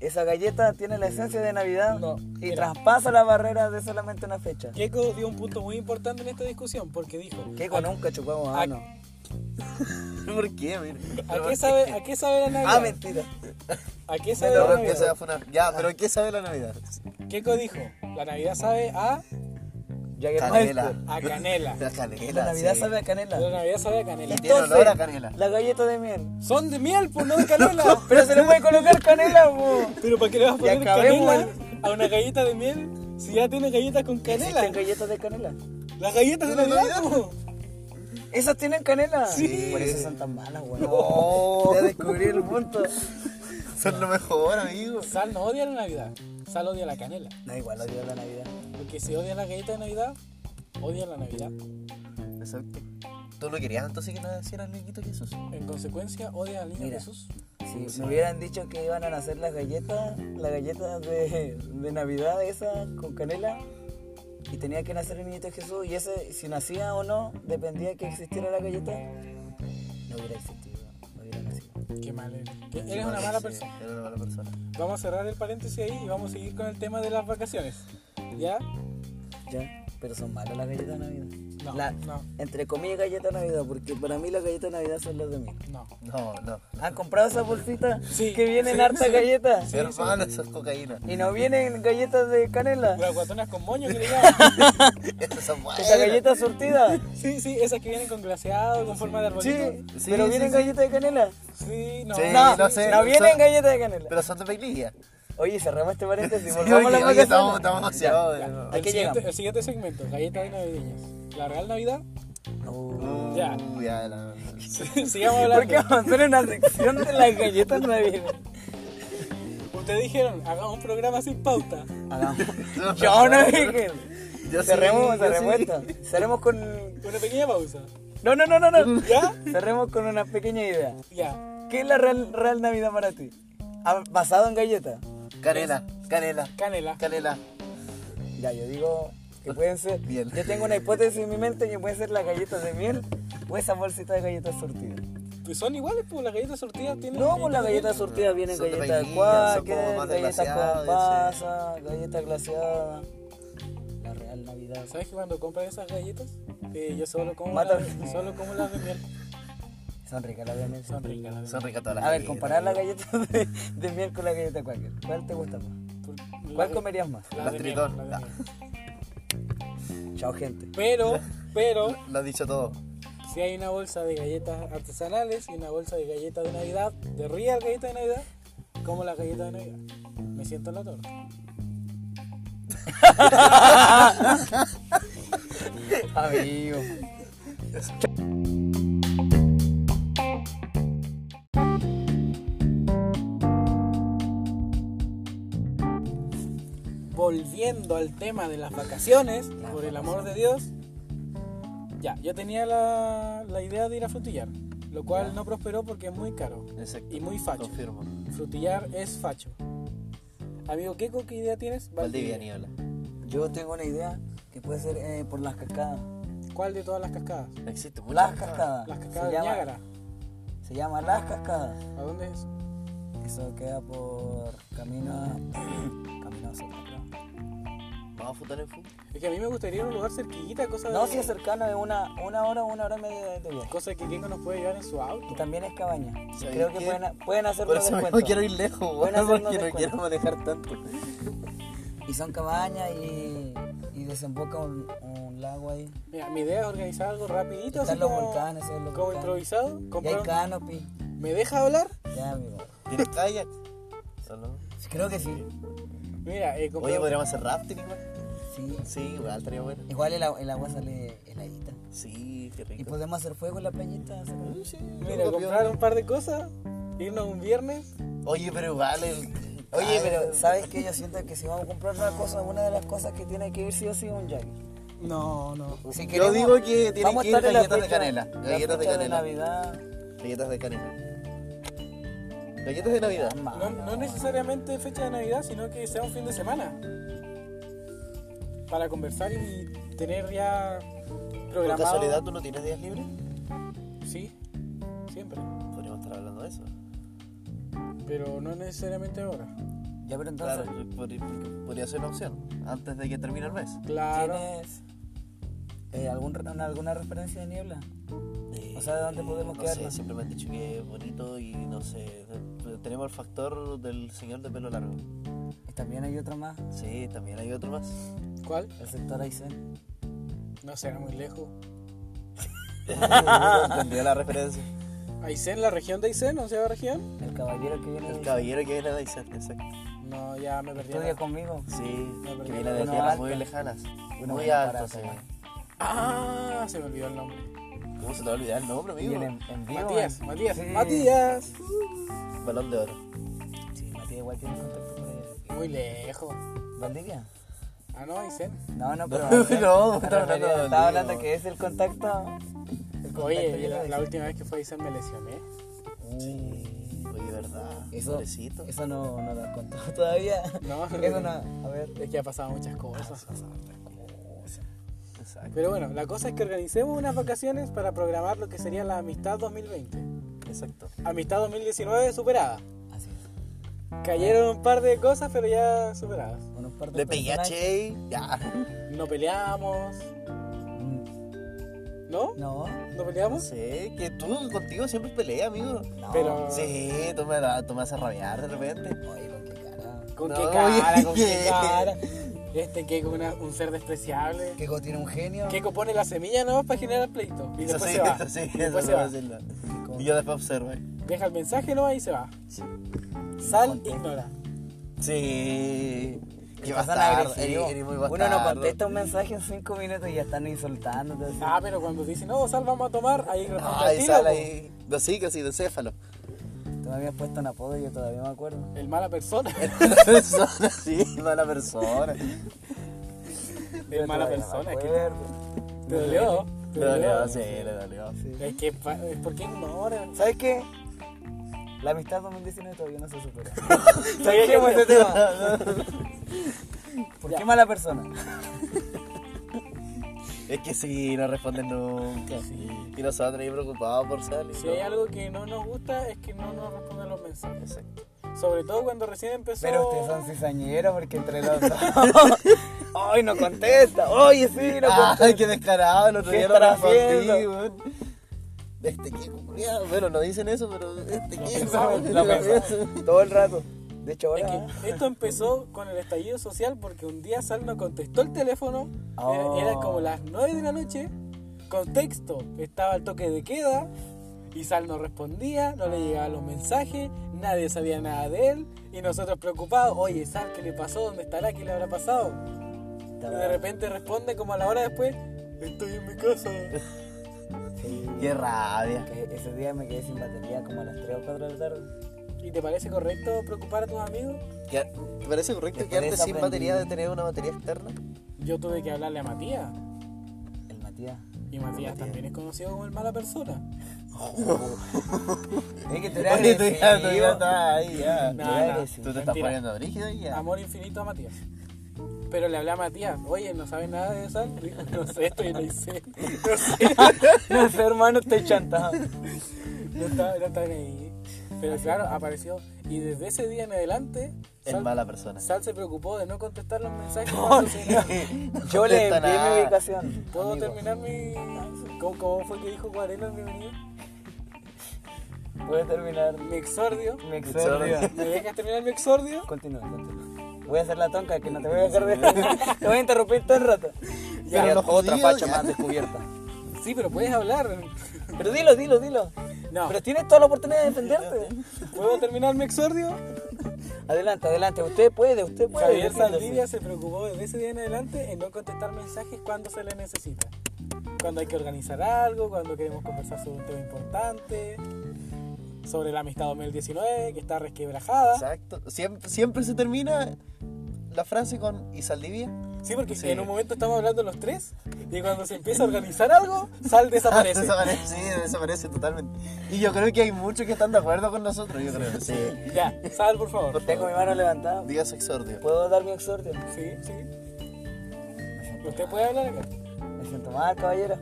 S4: esa galleta tiene la esencia de Navidad
S3: No,
S4: y
S3: mira.
S4: traspasa la barrera de solamente una fecha.
S3: Keiko dio un punto muy importante en esta discusión porque dijo...
S4: Que con un cachupamos
S3: Ah,
S4: mano.
S2: ¿Por qué? Mira.
S3: ¿A qué sabe, a qué sabe la Navidad?
S4: Ah, mentira.
S3: ¿A qué sabe la
S2: Ahora empieza a
S3: Navidad?
S2: funar. Ya, pero ¿qué sabe la Navidad?
S4: Eh,
S3: Keiko dijo, la Navidad sabe a...
S2: Canela.
S4: Jagermeister.
S3: a canela.
S2: La canela.
S4: La Navidad
S2: sí.
S4: sabe a
S3: La
S4: canela.
S3: Navidad sabe a canela.
S2: Y tiene olor a canela.
S4: La galleta de miel.
S3: Son de miel, pues no de canela.
S4: Pero se le puede colocar canela, po.
S3: Pero ¿para qué le vas a poner
S4: acabemos
S3: canela a una galleta de miel si ya tiene galletas con canela?
S4: Existen galletas de canela.
S3: Las galletas de la Navidad. po.
S4: Esas tienen canela.
S2: Sí.
S4: Por eso son tan malas, weón.
S2: Oh,
S4: Ya descubrí el punto.
S2: son lo mejor, amigo.
S3: pues. Sal no odia la Navidad. Sal odia la canela.
S4: No, igual odio la Navidad.
S3: Porque si odia la galleta de Navidad, odia la Navidad.
S2: Exacto. ¿Tú no querías entonces que naciera el niñito Jesús?
S3: En consecuencia, odia al niño
S4: Mira.
S3: Jesús.
S4: Si me hubieran dicho que iban a nacer las galletas, las galletas de, de Navidad esas con canela, y tenía que nacer el niñito Jesús, y ese, si nacía o no, dependía de que existiera la galleta, no hubiera existido, no hubiera nacido.
S3: Qué mal eres. Que Eres una mala persona.
S2: Eres una mala persona.
S3: Vamos a cerrar el paréntesis ahí y vamos a seguir con el tema de las vacaciones. ¿Ya?
S4: Ya, pero son malas las galletas de Navidad.
S3: No,
S4: La-
S3: no,
S4: Entre comillas galletas de Navidad, porque para mí las galletas de Navidad son las de mí.
S3: no.
S2: No, no.
S4: ¿Han comprado esas bolsitas
S3: Sí,
S4: que vienen
S3: sí,
S4: hartas
S3: sí.
S4: galletas?
S2: Hermano, eso es cocaína.
S4: Y no vienen galletas de canela.
S3: Las guatonas con moño que le llaman.
S2: Esas son buenas.
S4: Esas galletas surtidas.
S3: Sí, sí, esas que vienen con glaseado, con forma de
S4: Sí,
S3: arbolito.
S2: Sí,
S4: pero
S2: sí,
S4: vienen
S2: sí.
S4: galletas de canela.
S3: Sí, no.
S2: Sí,
S4: No,
S2: no sé,
S4: no
S2: son-
S4: vienen galletas de canela.
S2: Pero son de vainilla.
S4: Oye, cerramos este paréntesis.
S2: Sí,
S4: volvamos
S2: oye,
S4: a la
S2: oye, estamos,
S4: vacaciones.
S2: estamos demasiado. eh, no.
S4: ¿A
S3: El
S4: qué
S3: siguiente,
S4: llegamos?
S3: el siguiente segmento, galletas de navideñas. La Real Navidad.
S4: Uh,
S2: Uh,
S3: Ya.
S2: ya, la-
S3: Sigamos
S4: ¿Por qué
S3: hablando.
S4: vamos a hacer una sección de las galletas navideñas?
S3: Ustedes dijeron, hagamos un programa sin pauta.
S4: Hagamos.
S2: No,
S4: Yo no dije.
S2: Yo sí,
S4: cerremos,
S2: yo
S4: cerremos
S2: sí.
S4: esto. Cerremos con.
S3: Una pequeña pausa.
S4: No, no, no, no, no.
S3: ¿Ya?
S4: cerremos con una pequeña idea.
S3: Ya.
S4: ¿Qué es la real, real Navidad para ti? Ah, Basado en galletas.
S2: Canela, canela,
S3: Canela.
S2: canela.
S4: Ya, yo digo que pueden ser.
S2: Miel.
S4: Yo tengo una hipótesis en mi mente que pueden ser las galletas de miel o esa bolsita de galletas surtidas.
S3: Pues son iguales, pues las galletas sortidas tienen.
S4: No, pues las galletas surtidas vienen
S2: Son de
S4: galletas de
S2: vainilla, son como
S4: cuáquer,
S2: más
S4: galletas
S2: glaseadas,
S4: con
S2: sí.
S4: pasas, galletas glaseadas. La real Navidad.
S3: ¿Sabes que cuando compras esas galletas? Eh, yo solo como,
S4: Mata-
S3: las, solo como las de miel.
S4: Son ricas las de miel.
S3: Son ricas las de
S2: Son
S3: miel.
S2: ricas todas las
S4: A ver,
S2: galletas.
S4: comparar las galletas de, de miel con las galletas cuáquer. ¿Cuál te gusta más?
S3: Por-
S4: ¿Cuál Ah.
S3: las-
S4: comerías más?
S3: las
S2: Las
S3: de
S2: Tritón.
S3: miel, las de miel.
S4: Chao, gente.
S3: Pero, pero,
S2: Lo has dicho todo.
S3: si hay una bolsa de galletas artesanales y una bolsa de galletas de Navidad, de Real galletas de Navidad, como las galletas de Navidad. Me siento en la torta.
S4: Amigo.
S3: volviendo al tema de las vacaciones, por el amor de Dios, ya, yo tenía la, la idea de ir a frutillar, lo cual no prosperó porque es muy caro.
S2: Exacto.
S3: Y muy facho.
S2: Confirmo.
S3: Frutillar es facho. Amigo, ¿qué, qué idea tienes?
S2: Valdivia Niebla.
S4: Yo tengo una idea que puede ser eh, por las cascadas.
S3: ¿Cuál de todas las cascadas?
S2: Existe muchas
S4: Las
S2: cascadas.
S4: cascadas.
S3: Las cascadas
S4: se,
S3: de
S4: llama,
S3: Niágara.
S4: se llama Las Cascadas.
S3: ¿A dónde es?
S4: Eso queda por camino a. camino a Santa Cruz.
S2: Vamos a futar en fútbol.
S3: Es que a mí me gustaría ir a un lugar cerquillita, cosa,
S4: No,
S3: de,
S4: si es cercano, es una, una hora o una hora y media de de viaje.
S3: cosa que Keiko nos puede llevar en su
S4: Y
S3: auto.
S4: también es cabaña.
S2: ¿Sabes
S4: Creo que
S2: qué?
S4: pueden, pueden hacer
S2: Por
S4: los
S2: eso mismo
S4: descuentos.
S2: quiero ir lejos, weón,
S4: Buenas
S2: porque
S4: son los
S2: no
S4: descuentos.
S2: quiero manejar tanto.
S4: Y son cabañas y, y desemboca un, un lago ahí.
S3: Mira, mi idea es organizar algo rapidito,
S4: Están
S3: así
S4: los
S3: como,
S4: volcanes, ¿sabes? Los
S3: como
S4: volcanes.
S3: improvisado.
S4: Y hay
S3: comprar-
S4: canopy.
S3: ¿Me deja hablar?
S4: Ya, amigo.
S2: ¿Tienes kayak? Solo.
S4: Creo que sí.
S3: Mira, eh, comprar-
S2: Oye, podríamos hacer rafting igual.
S4: Sí.
S2: Sí, igual estaría bueno.
S4: Igual el, agua- el agua sale heladita.
S2: Sí, qué
S4: Y
S2: rico.
S4: podemos hacer fuego en la peñita. hacer-
S2: Sí,
S3: Mira,
S2: algo
S3: comprar un par de cosas, irnos un viernes.
S2: piola. Oye, pero igual el.
S4: Oye, pero ¿sabes qué? Yo siento que si vamos a comprar una cosa, una de las cosas que tiene que ir sí o sí es un Jagger.
S3: No, no.
S4: Si
S2: Yo
S4: queremos-
S2: digo que tienen
S4: vamos
S2: que
S4: a
S2: ir
S4: estar en la
S2: galletas de
S4: fecha-
S2: canela.
S4: la
S2: Galletas de
S4: fecha
S2: canela.
S4: Navidad.
S2: Galletas de canela. Galletas de Navidad.
S3: No,
S4: Mamá.
S3: no necesariamente fecha de Navidad, sino que sea un fin de semana. Para conversar y tener ya
S2: ¿Por
S3: programado.
S2: casualidad tú no tienes días libres?
S3: Sí, siempre.
S2: Podríamos estar hablando de eso.
S3: Pero no necesariamente ahora.
S4: Ya, pero entonces,
S2: Claro, podría, podría ser una opción. Antes de que termine el mes.
S3: Claro.
S4: ¿tienes eh, algún, re- alguna referencia de niebla?
S2: Eh,
S4: O sea, ¿de dónde podemos
S2: no
S4: quedarnos?
S2: Sé, siempre me han dicho que es bonito y no sé. te- Tenemos el factor del señor de pelo largo.
S4: Y también hay otra más,
S2: Sí, también hay otro más.
S3: ¿Cuál?
S4: el sector Aysén.
S3: No será muy lejos.
S2: Entendí la referencia.
S3: ¿Aysén, la región de Aysén, onceava región?
S4: El caballero que viene
S2: El
S4: de-
S2: caballero que viene de Aysén, exacto.
S3: No, ya me perdí.
S4: estudia conmigo.
S2: Sí,
S3: pero
S2: que
S3: que
S2: viene de
S4: uno
S2: tierras
S4: alto.
S2: muy lejanas.
S4: Uno
S2: muy
S4: bueno
S2: alto,
S4: para
S2: sí.
S4: tomar.
S3: Ah, se me olvidó el nombre.
S2: ¿Cómo se te va a olvidar el nombre,
S4: Y
S2: amigo?
S4: el en, en vivo,
S3: Matías,
S4: eh.
S3: Matías,
S4: Sí.
S3: Matías.
S2: Balón de oro.
S4: Sí, Matías igual tiene contacto por ahí.
S3: Muy lejos.
S4: ¿Valdivia?
S3: Ah, no, Aysén.
S4: No, no, pero.
S2: No,
S4: me
S2: no,
S4: refería-
S2: estaba hablando de
S4: estaba
S2: Valdivia.
S4: hablando que es el contacto. El contacto
S3: Oye,
S4: que le
S3: la, la
S4: dice.
S3: última vez que fue a Aysén me lesioné.
S2: Sí, oye, verdad.
S4: Eso,
S2: Pobrecito.
S4: eso no, no lo has contado todavía.
S3: No.
S4: Eso no. A ver.
S3: Es que ha pasado
S2: Ah,
S3: muchas cosas.
S2: Exacto.
S3: Pero bueno, la cosa es que organicemos unas vacaciones para programar lo que sería la Amistad 2020.
S2: Exacto.
S3: Amistad 2019 superada.
S4: Así es.
S3: Cayeron un par de cosas, pero ya superadas.
S4: Unos par de
S2: De
S4: personajes.
S2: PIH, ya.
S3: No peleamos,
S4: Mm,
S3: ¿no?
S4: No.
S3: ¿No
S2: No
S3: peleamos?
S2: sé, que tú contigo siempre peleas, amigo.
S4: No.
S3: Pero-
S2: Sí, tú me, da- tú me haces rabiar de repente.
S4: Oye, con qué cara.
S3: ¿Con
S2: No,
S3: qué cara? ¿Con qué
S2: oye.
S3: cara? Este Keiko una- un ser despreciable.
S4: Keiko tiene un genio.
S3: Keiko pone la semilla nomás para generar pleito. Y
S2: Eso
S3: después
S2: sí,
S3: se va.
S2: eso sí,
S3: Y
S2: eso
S3: después
S2: sí.
S3: se va.
S2: Y yo después observo. eh.
S3: Deja el mensaje nomás y se va. Sal,
S4: Contento.
S3: ignora.
S2: Sí. Qué
S4: Son
S2: bastardo,
S4: agresivos.
S2: eres- eres muy
S4: Uno no
S2: bastardo.
S4: contesta un mensaje en 5 minutos y ya están insultándote. así.
S3: Ah, pero cuando te dicen, no, sal, vamos a tomar, ahí responde al
S2: Ay,
S3: tiro,
S2: sale
S3: po.
S2: ahí. Dos sí, casi de céfalo.
S4: Tú me habías puesto un apodo y yo todavía me acuerdo.
S3: El mala persona.
S2: Mala persona, sí, mala persona.
S3: El
S4: Todavía
S3: mala
S4: me
S3: persona. Es que
S4: acuerdo.
S3: te dolió. Te
S2: Le dolió,
S3: dolió.
S2: sí, le dolió.
S3: Es que, pa- es porque ignora.
S4: ¿Sabes qué? La amistad 2019 todavía no se supera.
S3: Saquemos ese
S4: ¿Por qué mala persona?
S2: Es que sí, no responden nunca. Y nosotros ahí preocupados por salir.
S3: Si hay algo que no nos gusta es que no nos responden los mensajes.
S2: Exacto.
S3: Sobre todo cuando recién empezó.
S4: Pero ustedes son cizañeros porque entre los dos. ¡Ay, no contesta! ¡Oye, sí, no contesta!
S2: Ay, Ah, qué descarado, el otro
S4: ¿Qué
S2: día lo
S4: estará
S2: respondí,
S4: haciendo?
S2: weón. Este que culiado, bueno, no dicen eso, pero este que
S3: pensamos,
S2: weón,
S3: lo
S2: lo
S3: pensamos.
S2: pienso.
S4: Todo el rato. De hecho,
S3: Es
S4: ahora.
S3: que esto empezó con el estallido social porque un día Sal no contestó el teléfono, eh,
S4: Oh.
S3: era, era como las 9 de la noche, contexto, estaba el toque de queda y Sal no respondía, no le llegaban los mensajes, nadie sabía nada de él y nosotros preocupados, oye Sal, ¿qué le pasó? ¿Dónde estará? ¿Qué le habrá pasado? Y de repente responde como a la hora después, estoy en mi casa.
S2: Qué rabia.
S4: Que ese día me quedé sin batería como a las 3 o 4 de la tarde.
S3: ¿Y te parece correcto preocupar a tus amigos?
S2: ¿Qué- ¿Te parece correcto
S4: Después
S2: quedarte sin
S4: desaprendí.
S2: batería de tener una batería externa?
S3: Yo tuve que hablarle a Matías
S4: El Matías.
S3: y Matías también es conocido como el mala persona.
S4: Es que tú eres
S2: Oye, tú ya, tú ya
S4: agresivo.
S2: estás ahí, ya.
S3: No,
S4: Tú
S3: no,
S4: eres agresivo.
S2: Tú te
S3: mentira.
S2: estás poniendo brígido ahí, ya.
S3: Amor infinito a Matías. Pero le hablé a Matías, oye, ¿no sabes nada de sal? Le digo, no sé, estoy en el IC. No sé.
S4: No sé, hermano, estoy chantado.
S3: No estaba, no estaba ahí. Pero claro, apareció. Y desde ese día en adelante,
S2: Es
S3: Sal,
S2: mala persona.
S3: Sal se preocupó de no contestar los mensajes. cuando se-
S4: Yo le
S2: Contesta
S4: envié mi
S2: nada.
S4: ubicación.
S3: ¿Puedo
S4: amigo.
S3: terminar mi.? ¿Cómo, cómo fue que dijo Guarelo en mi venida?
S4: Puedes terminar
S3: Mi exordio.
S4: mi exordio.
S3: ¿Me dejas terminar mi exordio?
S4: Continúa, continúa. Voy a hacer la tonca que no te voy a dejar de. te voy a interrumpir todo el rato.
S2: Ya,
S4: Sería
S2: lo
S4: otra
S2: jodido,
S4: facha
S2: ya.
S4: más descubierta.
S3: Sí, pero puedes hablar.
S4: Pero dilo, dilo, dilo.
S3: No.
S4: Pero tienes toda la oportunidad de defenderte.
S3: ¿Puedo terminar mi exordio?
S4: Adelante, adelante. Usted puede, usted puede.
S3: Javier
S4: defiéndase.
S3: Saldivia se preocupó desde ese día en adelante en no contestar mensajes cuando se le necesita. Cuando hay que organizar algo, cuando queremos conversar sobre un tema importante, sobre la amistad 2019, que está resquebrajada.
S2: Exacto. Siempre, siempre se termina la frase con ¿y Saldivia?
S3: Sí, porque
S2: Sí.
S3: en un momento estamos hablando los tres y cuando se empieza a organizar algo, Sal desaparece.
S2: Desaparece, sí, desaparece totalmente. Y yo creo que hay muchos que están de acuerdo con nosotros, yo creo. Sí.
S3: ya, Sal, por favor.
S4: Tengo mi mano levantada.
S2: Diga su exordio.
S4: ¿Puedo dar mi exordio?
S3: Sí, sí. ¿Usted puede hablar acá?
S4: Me siento mal, caballero.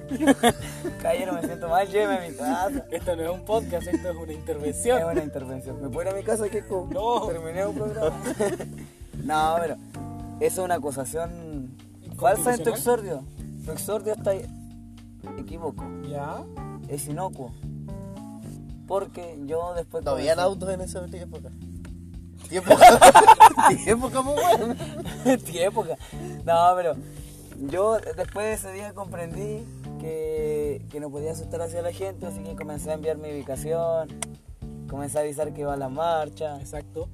S4: caballero, me siento mal. Lléveme a mi casa.
S3: Esto no es un podcast, esto es una
S4: Qué
S3: intervención.
S4: buena intervención. ¿Me puedo ir a mi casa, Kiko?
S3: No.
S4: Terminé un programa. no, pero. Eso es una acusación falsa en tu exordio. Tu exordio está equivoco.
S3: ¿Ya?
S4: Es inocuo. Porque yo después.
S2: No
S4: comencé-
S2: habían autos en esa época. Tiempo, tiempo como bueno.
S4: tu época. No, pero yo después de ese día comprendí que, que no podía asustar hacia la gente, así que comencé a enviar mi ubicación, comencé a avisar que iba a la marcha.
S3: Exacto.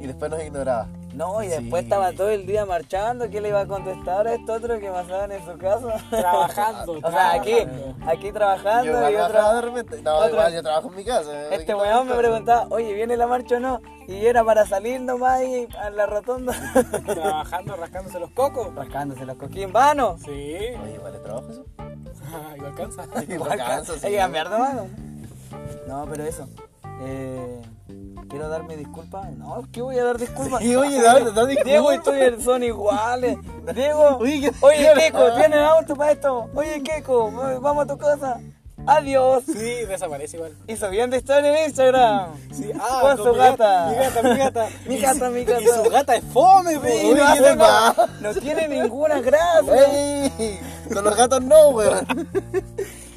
S2: Y
S4: Y,
S2: después nos ignoraba.
S4: no, y después
S2: Sí.
S4: estaba todo el día marchando, ¿quién le iba a contestar a esto otro que pasaban en su casa?
S3: Trabajando.
S4: o sea, aquí,
S3: trabajando.
S4: aquí trabajando
S2: Yo igual
S4: y
S2: trabajaba de
S4: otro...
S2: repente. No,
S4: otro-
S2: igual yo trabajo en mi casa. eh,
S4: Este weón me preguntaba, oye, ¿viene la marcha o no? Y era para salir nomás y a la rotonda.
S3: Trabajando, rascándose los cocos.
S4: Rascándose los coquín vanos.
S3: Sí,
S2: Oye, igual le trabajo eso.
S3: igual cansa.
S2: Igual canso, sí.
S4: Hay que cambiar de mano. No, pero eso. Eh, quiero darme disculpas. No, ¿qué voy a dar disculpas?
S2: Sí, oye, da- da disculpas.
S4: Diego y tú son iguales. Diego,
S2: Oye,
S4: oye,
S2: ¿qué-
S4: Keiko, ¿tienes auto para esto? Oye, Keiko, vamos a tu casa. Adiós.
S3: Sí, desaparece igual.
S4: Y subiendo historia en Instagram. con su
S3: ah, mi
S4: gata.
S3: Mi gata, mi gata.
S4: Mi
S3: Y
S4: gata,
S3: su-
S4: mi gata.
S3: Y su gata es fome, pues,
S4: Y
S2: Uy,
S4: no,
S3: güey.
S4: hace
S2: ¿quién
S4: nada.
S2: va?
S4: no tiene ninguna gracia.
S2: ¡Ey! Con los gatos no, weón.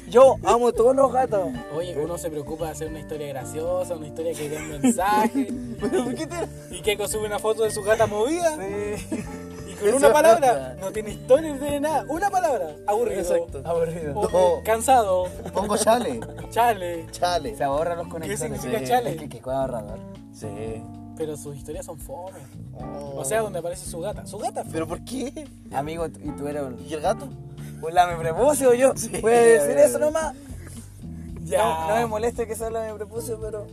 S4: Yo amo todos los gatos.
S3: Oye, uno se preocupa de hacer una historia graciosa, una historia que dé un mensaje.
S2: ¿Pero por qué te.?
S3: Y que sube una foto de su gata movida.
S4: Sí.
S3: Y con una palabra. No tiene historia, no tiene nada. Una palabra. Aburrido.
S2: Exacto.
S4: Aburrido.
S3: O- eh,
S2: No.
S3: Cansado.
S2: Pongo chale.
S3: Chale.
S2: Chale.
S4: Se ahorra los conectores.
S3: significa
S4: Sí.
S3: chale?
S4: Es que Keiko es ahorrador.
S2: Sí.
S3: Pero sus historias son fome. O sea, donde aparece su gata. Su gata es fome.
S2: Oh. ¿Pero por qué?
S4: Amigo, tú- y tú eres un,
S2: ¿Y el gato?
S4: un lame prepucio, yo. Voy a decir eso nomás.
S3: Ya.
S4: No, no me molesta que sea lame prepucio, pero.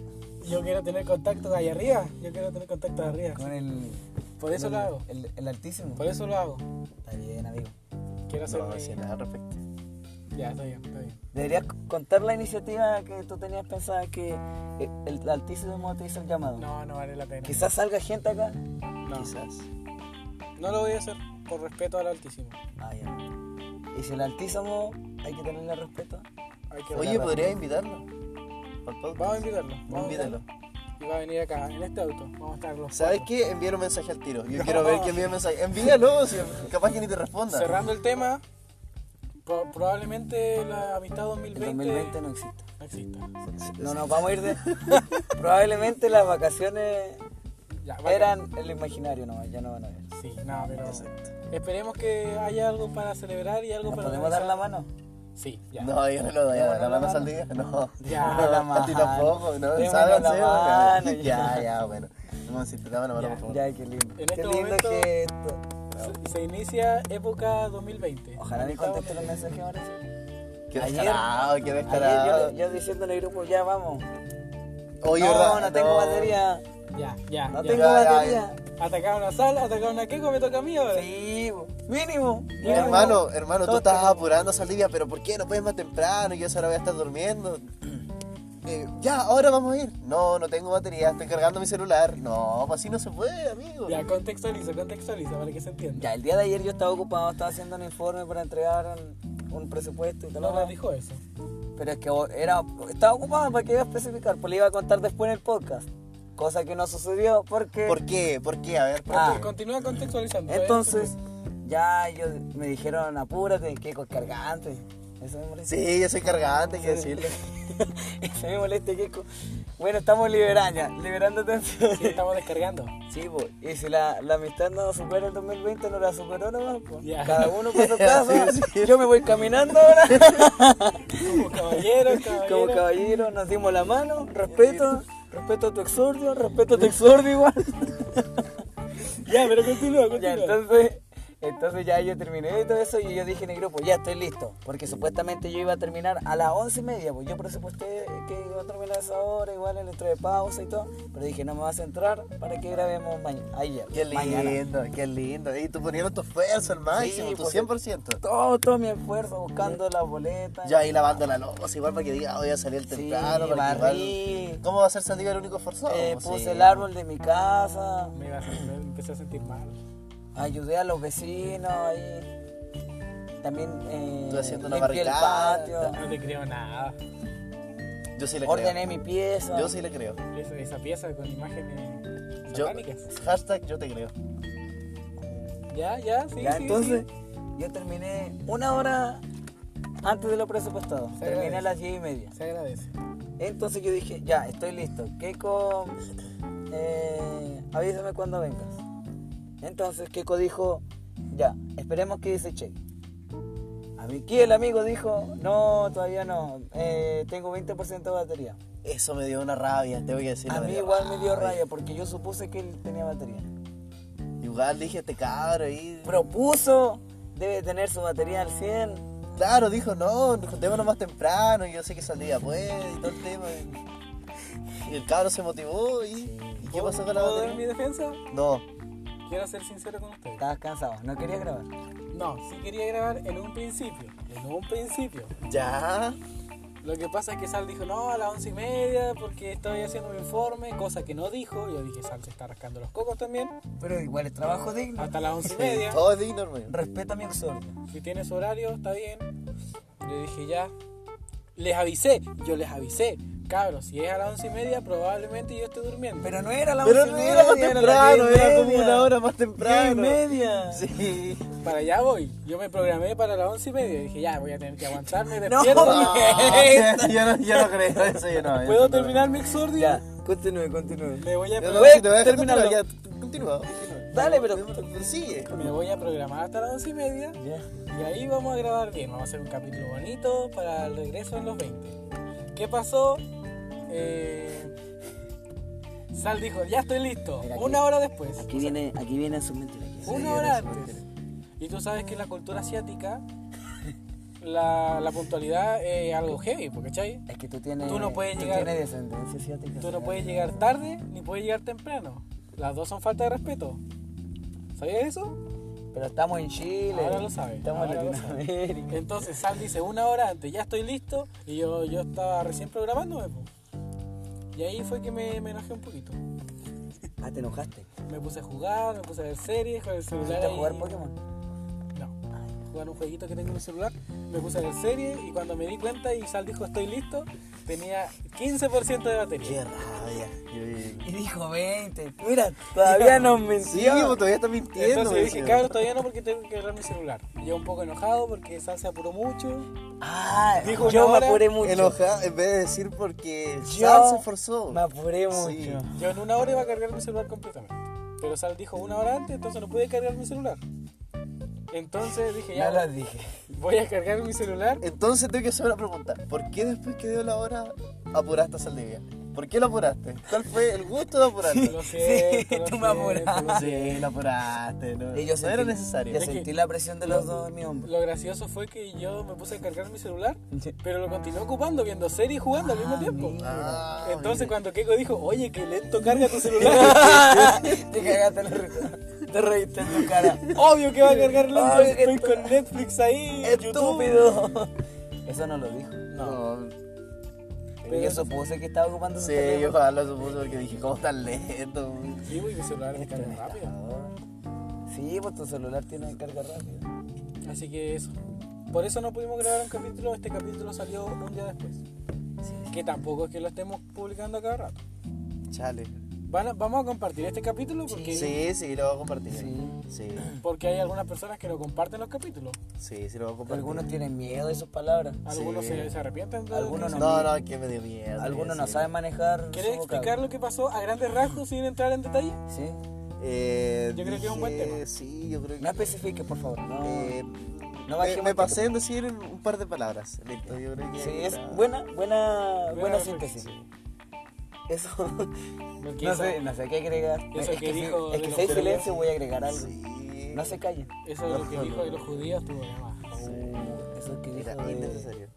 S3: Yo quiero tener contacto de ahí arriba. Yo quiero tener contacto de arriba.
S4: Con el.
S3: Por eso
S4: con
S3: lo hago.
S4: El, el altísimo.
S3: Por eso lo hago.
S4: Está bien, amigo.
S3: Quiero hacer.
S2: No voy a decir nada al respecto.
S3: Ya, está bien, está bien.
S4: Deberías c- contar la iniciativa que tú tenías pensada que eh, el altísimo te hizo el llamado.
S3: No, no vale la pena.
S4: Quizás salga gente acá.
S3: No,
S2: Quizás.
S3: no lo voy a hacer por respeto al Altísimo.
S4: Ah, ya. Y si el altísimo hay que tenerle respeto.
S3: Hay que
S2: Oye,
S3: hablar.
S2: podrías invitarlo. Al podcast.
S3: Vamos a invitarlo. Vamos a
S2: Invítalo.
S3: Y va a venir acá, en este auto. Vamos a estar los
S2: ¿Sabes
S3: cuatro.
S2: qué? Envíale un mensaje al tiro. Yo
S3: No.
S2: quiero ver que envíe un mensaje. Envíalo, si- capaz que ni te responda.
S3: Cerrando el tema, pro- probablemente la amistad
S4: El
S3: 2020,
S4: 2020 no existe.
S3: no exista.
S4: No nos vamos a ir de. Probablemente las vacaciones Ah,
S3: Ya, vaya.
S4: eran el imaginario nomás, ya no van a ver.
S3: Sí, no, pero
S2: Exacto.
S3: esperemos que haya algo para celebrar y algo
S4: ¿Nos
S3: para
S4: podemos dar la mano?
S3: organizar. Sí, ya.
S2: No, yo no lo doy.
S4: No,
S2: a
S4: no,
S2: la
S4: no,
S2: mano
S4: no.
S2: saldría. No.
S3: Ya,
S2: No,
S4: la
S2: A ti
S4: mano.
S2: tampoco. No,
S4: Démosle
S2: sabes,
S4: la
S2: sí,
S4: mano,
S2: bueno.
S4: ya.
S2: Ya, ya, bueno. Vamos a decirte, dame la mano, por favor.
S4: Ya, qué lindo.
S3: En este
S4: qué lindo
S3: momento-
S4: gesto.
S3: Se, se inicia época 2020.
S4: Ojalá me
S3: Amistad
S4: conteste los
S3: 2020.
S4: mensajes ahora. sí.
S2: Qué
S4: Ayer-
S2: descarado, qué
S4: Ayer
S2: descarado.
S4: yo, yo diciendo en el grupo, ya vamos.
S2: Oye,
S4: no,
S2: ¿verdad?
S4: no tengo batería.
S3: Ya, ya.
S4: No
S3: ya.
S4: tengo
S2: Ya, ya,
S4: batería.
S3: Atacaron a Sal, atacaron a Keiko, me toca a mí ahora.
S4: Sí, bo. mínimo. mínimo.
S2: Hermano, hermano, tú
S4: Todos
S2: estabas
S4: tenemos-
S2: apurando a Saldivia, pero ¿por qué no puedes más temprano? Yo a esa hora voy a estar durmiendo. Eh, ya, ahora vamos a ir. No, no tengo batería, estoy cargando mi celular. No, pues así no se puede, amigo.
S3: Ya, contextualiza, contextualiza para que se entienda.
S4: Ya, el día de ayer yo estaba ocupado, estaba haciendo un informe para entregar un, un presupuesto y todo lo
S3: No nos
S4: demás.
S3: dijo eso.
S4: Pero es que o- era, estaba ocupado porque iba a especificar, pues le iba a contar después en el podcast. Cosa que no sucedió porque...
S2: ¿Por qué? ¿Por qué? A ver, ¿por
S4: Ah.
S2: qué?
S3: Continúa contextualizando. ¿eh?
S4: Entonces, ya yo, me dijeron, apúrate, que cargante. Eso me molesta.
S2: Sí, yo soy cargante, hay que decirlo.
S4: Eso me molesta, Keiko. Bueno, estamos liberando ya, liberando tensiones.
S3: Sí, estamos descargando.
S4: Sí, po. y si la, la amistad no supera el 2020, no la superó nomás, po.
S3: Ya.
S4: Cada uno por su casa, yo me voy caminando ahora.
S3: Como caballero, caballero.
S4: Como caballero, nos dimos la mano, respeto, respeto a tu exordio, respeto a tu exordio igual.
S3: Ya, pero continúa, continúa.
S4: ya, entonces, entonces ya yo terminé y todo eso y yo dije en el grupo, ya estoy listo. Porque supuestamente yo iba a terminar a las once y media, pues yo presupuesté que iba a terminar a esa hora, igual el intro de pausa y todo. Pero dije, no me vas a entrar para que grabemos mañana. Ayer.
S2: Qué
S4: mañana.
S2: lindo, qué lindo. Y tú poniendo tu esfuerzo al máximo,
S4: Sí,
S2: tu
S4: pues,
S2: 100%.
S4: todo, todo mi esfuerzo buscando las boletas.
S2: Yo ahí lavando la losa, igual para que diga, "Ah, voy a salir temprano. para que
S4: barrí,
S2: igual- ¿Cómo va a ser Saldivia el único forzado?
S4: eh,
S2: Sí.
S4: puse el árbol de mi casa,
S3: Me iba a sentir- me empecé a sentir mal.
S4: ayudé a los vecinos ahí. También eh,
S2: Tú haciendo una
S4: limpié el
S2: barricada.
S4: patio,
S3: No te creo nada.
S2: Yo sí le creo.
S4: ordené mi pieza.
S2: Yo sí le creo.
S3: Esa, esa pieza con imágenes
S2: Yo,
S3: satánicas.
S2: hashtag yo te creo.
S3: Ya, ya, sí.
S4: Ya,
S3: sí,
S4: entonces,
S3: sí.
S4: yo terminé una hora antes de lo presupuestado.
S3: Se
S4: terminé a
S3: agradece.
S4: las 10 y media.
S3: Se agradece.
S4: Entonces yo dije, ya, estoy listo. Keiko, eh, avísame cuando vengas. Entonces Keiko dijo, ya, esperemos que dice cheque. A mí que el amigo dijo, no, todavía no, eh, tengo 20% de batería.
S2: Eso me dio una rabia, tengo que decirlo.
S4: a
S2: me
S4: mí
S2: dio
S4: igual me dio raya porque yo supuse que él tenía batería.
S2: Igual dije, este cabro ahí.
S4: Propuso, debe tener su batería al 100.
S2: Claro, dijo, no, nos juntémonos más temprano. y Yo sé que saldría puede y todo el tema. y- Y el cabro se motivó y. ¿Y qué
S3: ¿Puedo-
S2: pasó con la
S3: ¿Puedo dar mi
S2: batería?
S3: defensa?
S2: No,
S3: Quiero ser sincero con ustedes.
S4: Estabas cansado, no quería grabar.
S3: No, sí quería grabar en un principio. En un principio.
S2: ya.
S3: Lo que pasa es que Sal dijo, no, a las once y media porque estoy haciendo mi informe, cosa que no dijo. Yo dije, Sal se está rascando los cocos también.
S4: Pero igual es trabajo
S2: Eh, ah.
S4: digno.
S3: Hasta las once y media.
S2: Todo es digno, hermano.
S4: Respeta mi exordio.
S3: Si tienes horario, está bien. Yo dije, ya. Les avisé, yo les avisé. Cabros, si es a las once y media, probablemente yo esté durmiendo.
S4: Pero no era la
S2: Pero
S4: once y
S2: no era más
S4: media, la
S2: temprano,
S4: diez y
S2: era como
S4: media.
S2: una hora más
S4: Diez y
S2: temprano.
S4: media.
S2: Sí.
S3: Para allá voy. Yo me programé para las once y media. Dije, ya, voy a tener que aguantarme.
S4: No,
S3: Despierto.
S2: No, yo, no, yo no creo eso, yo no. yo
S3: ¿Puedo
S2: no.
S3: terminar mi exordio?
S4: Ya, continúe, continúe.
S3: Me voy a
S2: Yo
S3: pro-
S2: no sé si te voy a dejar
S4: Terminarlo.
S2: continuar, ya, t- Continúa, continúa.
S4: Dale, pero-
S2: Sigue.
S3: Me voy a programar hasta las once y media. Y ahí vamos a grabar bien, vamos a hacer un capítulo bonito para el regreso en los 20. ¿Qué pasó? Eh, Sal dijo, ya estoy listo.
S4: Mira, aquí-
S3: Una hora después.
S4: Aquí viene, aquí viene su mentira. aquí.
S3: Una hora antes. Y tú sabes que la cultura asiática la, la puntualidad es algo heavy, po, ¿cachai?
S4: Es que tú tienes,
S3: Tú no puedes llegar-
S4: tienes descendencia asiática.
S3: Tú no
S4: ¿sabes?
S3: puedes llegar tarde ni puedes llegar temprano. Las dos son falta de respeto. ¿Sabías eso?
S4: Pero estamos en Chile.
S3: Ahora Ah, lo sabes,
S4: Estamos
S3: ahora
S4: en
S3: lo sabes.
S4: Latinoamérica.
S3: Entonces Sam dice una hora antes, ya estoy listo. Y yo, yo estaba recién programándome. po. Y ahí fue que me, me enojé un poquito.
S4: Ah, te enojaste.
S3: Me puse a jugar, me puse a ver series, con el celular.
S4: ¿Fuiste a
S3: ahí-
S4: jugar Pokémon? Ah,
S3: No, jugar un jueguito que tengo en mi celular. Me puse a ver series y cuando me di cuenta y Sal dijo estoy listo, tenía 15% de
S2: Qué
S3: batería.
S2: rabia.
S4: Y dijo 20. Mira, todavía nos
S2: Sí, pues,
S4: mintió.
S2: todavía está mintiendo.
S3: Entonces yo dije,
S2: weón.
S3: cabrón, todavía no porque tengo que agarrar mi celular. Y Yo un poco enojado porque Sal se apuró mucho.
S4: ah,
S3: Dijo
S4: yo
S3: una
S4: me
S3: hora,
S4: apuré mucho.
S2: Enojado, en vez de decir porque
S4: Yo
S2: Sal se esforzó.
S4: Me apuré mucho.
S2: Sí.
S3: Yo en una hora iba a cargar mi celular completamente. Pero Sal dijo una hora antes, entonces no pude cargar mi celular. Entonces dije,
S4: Ya
S3: ya
S4: las dije.
S3: voy a cargar mi celular.
S2: Entonces tengo que hacer una pregunta. ¿Por qué después que dio la hora apuraste a Saldivia? ¿Por qué lo apuraste? ¿Cuál fue el gusto de apurarlo?
S3: Lo siento, lo
S4: tú me apuraste.
S3: siento, lo
S2: Sí, lo apuraste. No,
S4: Y yo
S2: no
S4: sentí-
S2: era necesario.
S4: Yo
S3: Es que-
S4: sentí la presión de los dos en mi hombro.
S3: Lo gracioso fue que yo me puse a cargar mi celular, pero lo continué ocupando, viendo series y jugando al mismo tiempo.
S2: Ah,
S3: Entonces cuando Keiko dijo, oye, que lento carga tu celular,
S4: Te cagaste la risa. Te reíste en tu cara.
S3: obvio que va a cargar lento,
S4: Obvio que
S3: estoy
S4: tú-
S3: con Netflix ahí, YouTube.
S4: Estúpido. Eso no lo dijo.
S2: No,
S4: Pero yo supuse que estaba ocupando su
S2: sí, yo
S4: teléfono.
S2: ojalá lo supuse porque dije, ¿cómo tan lento? güey?
S3: Sí, güey, mi celular se carga rápido.
S4: Sí, pues tu celular tiene carga rápida.
S3: Así que eso. Por eso no pudimos grabar un capítulo, este capítulo salió un día después. Que tampoco es que lo estemos publicando a cada rato.
S2: Chale.
S3: Van a- vamos a compartir este capítulo porque,
S2: Sí, sí, lo voy a compartir.
S4: Sí.
S2: Sí,
S3: porque hay algunas personas que no comparten los capítulos.
S2: sí, sí, lo voy a compartir.
S4: Algunos tienen miedo de sus palabras.
S3: Algunos
S2: Sí.
S3: se, se arrepienten de
S4: Algunos no.
S2: No, no, que me dio miedo.
S4: Algunos
S2: sí.
S4: no saben manejar.
S3: ¿Quieres
S4: su
S3: explicar lo que pasó a grandes rasgos sin entrar en detalle?
S4: vocablo. Sí.
S2: Eh,
S3: Yo creo que es un buen
S2: dije,
S3: tema.
S2: Sí, yo creo que.
S4: No especifiques, por favor. No.
S2: Eh,
S4: No
S2: me,
S4: bajemos
S2: me
S4: el
S2: pasé en decir un par de palabras. Listo, yo creo que.
S4: sí, es
S2: era-
S4: buena, buena, buena síntesis.
S3: reflexión.
S4: Eso.
S3: Porque
S4: No
S3: eso-
S4: sé, no sé qué agregar.
S3: Eso
S4: es
S3: que
S4: que, si-
S3: dijo
S4: es
S3: de
S4: que
S3: los
S4: si hay
S3: judíos.
S4: silencio voy a agregar algo.
S2: Sí.
S4: No se callen.
S3: Eso es lo que dijo de los judíos, tu mamá.
S4: Eso que dijo
S2: Era
S4: de-
S2: innecesario.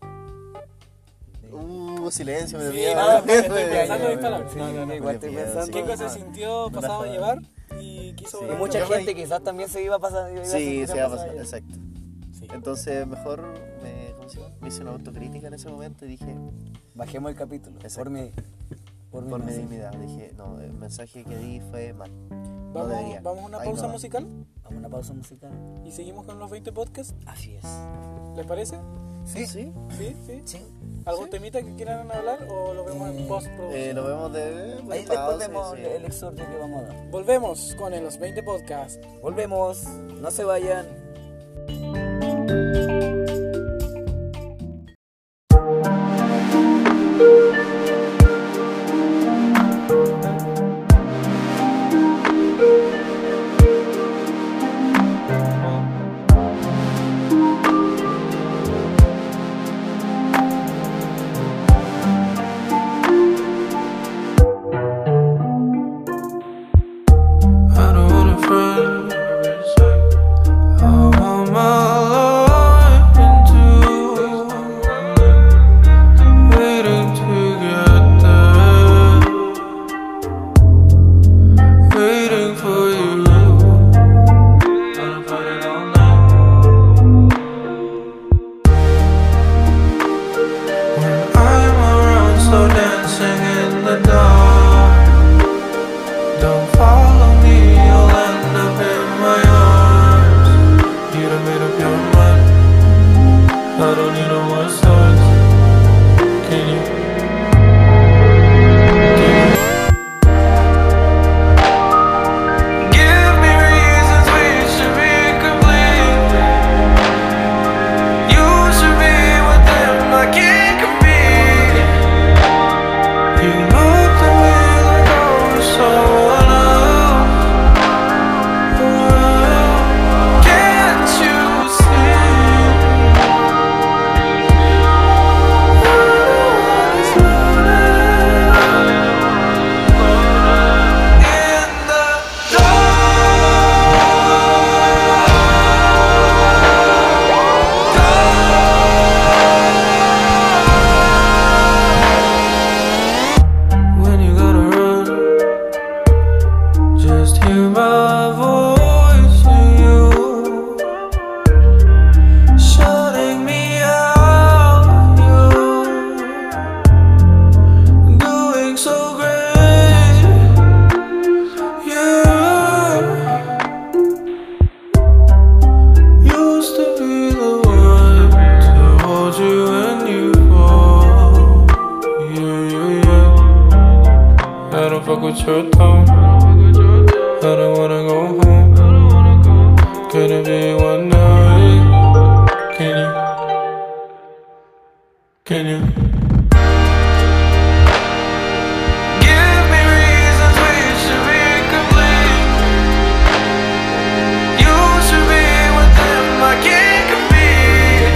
S4: de-
S2: Uh, silencio, me dio
S3: Sí,
S2: miedo.
S3: no, espérate,
S2: Me dio
S3: estoy pensando
S2: miedo.
S3: mis palabras.
S4: Sí,
S3: No, no, no.
S4: igual estoy
S2: Miedo,
S4: pensando.
S3: Keiko se
S4: Ah.
S3: sintió
S2: una
S3: pasado a
S2: joda.
S3: llevar y quiso
S2: Sí,
S4: Y
S3: borrar
S4: mucha
S3: todo.
S2: Yo me-
S4: gente quizás también se iba a pasar. iba a
S2: Sí,
S4: sentir
S2: se va a
S4: pasada
S2: pasar,
S4: ya.
S2: exacto.
S3: Sí.
S2: Entonces, mejor me, ¿cómo se llama? me hice una autocrítica en ese momento y dije,
S4: Bajemos el capítulo. Por
S2: Exacto.
S4: mi. Por mi.
S2: por mi
S4: inocencia.
S2: dignidad, dije, no, el mensaje que di fue mal.
S3: Vamos,
S2: debería.
S3: vamos a una
S2: Ahí
S3: pausa
S2: no va.
S3: musical
S4: Vamos a una pausa musical.
S3: y seguimos con los 20 podcasts.
S4: Así es.
S3: ¿Les parece?
S2: ¿Sí? ¿Sí?
S3: ¿Sí? ¿Sí?
S4: Sí.
S3: ¿Algún temita que quieran hablar o lo vemos
S4: Eh,
S3: en post-producción?
S2: Eh, lo vemos de... pues,
S4: Ahí
S2: pausa,
S4: después vemos
S2: sí.
S4: el exordio que vamos a dar.
S3: Volvemos con el los 20 podcasts.
S4: Volvemos. No se vayan.
S5: I don't wanna friend, I fuck with your tone. I don't wanna go home. Could it be one night? Can you? Can you? Give me reasons we should be complete. You should be with them. I can't compete.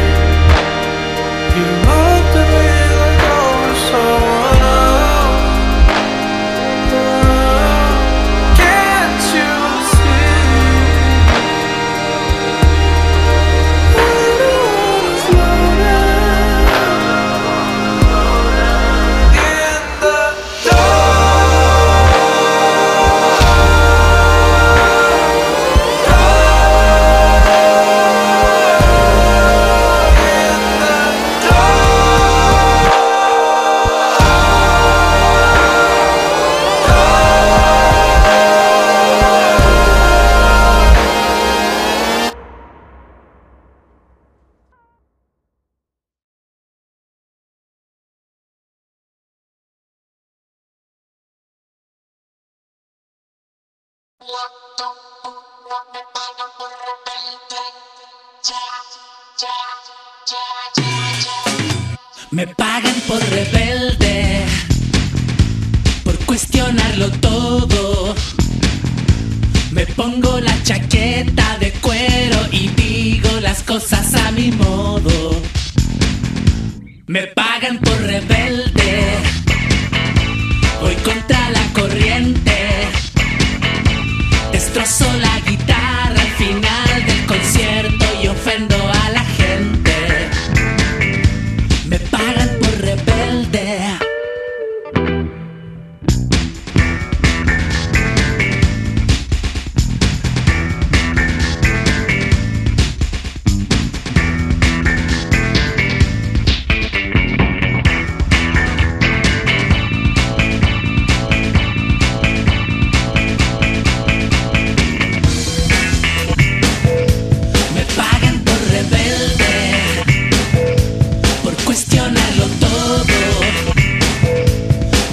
S5: You look to me like I was someone else. Can't you see? In the
S6: Me pagan por rebelde, por cuestionarlo todo. Me pongo la chaqueta de cuero y digo las cosas a mi modo. Me pagan por rebelde, voy contra la corriente. Destrozo la guitarra al final del concierto y ofendo a la gente. Me pagan por rebelde. Me pagan por rebelde. Por cuestionarlo todo.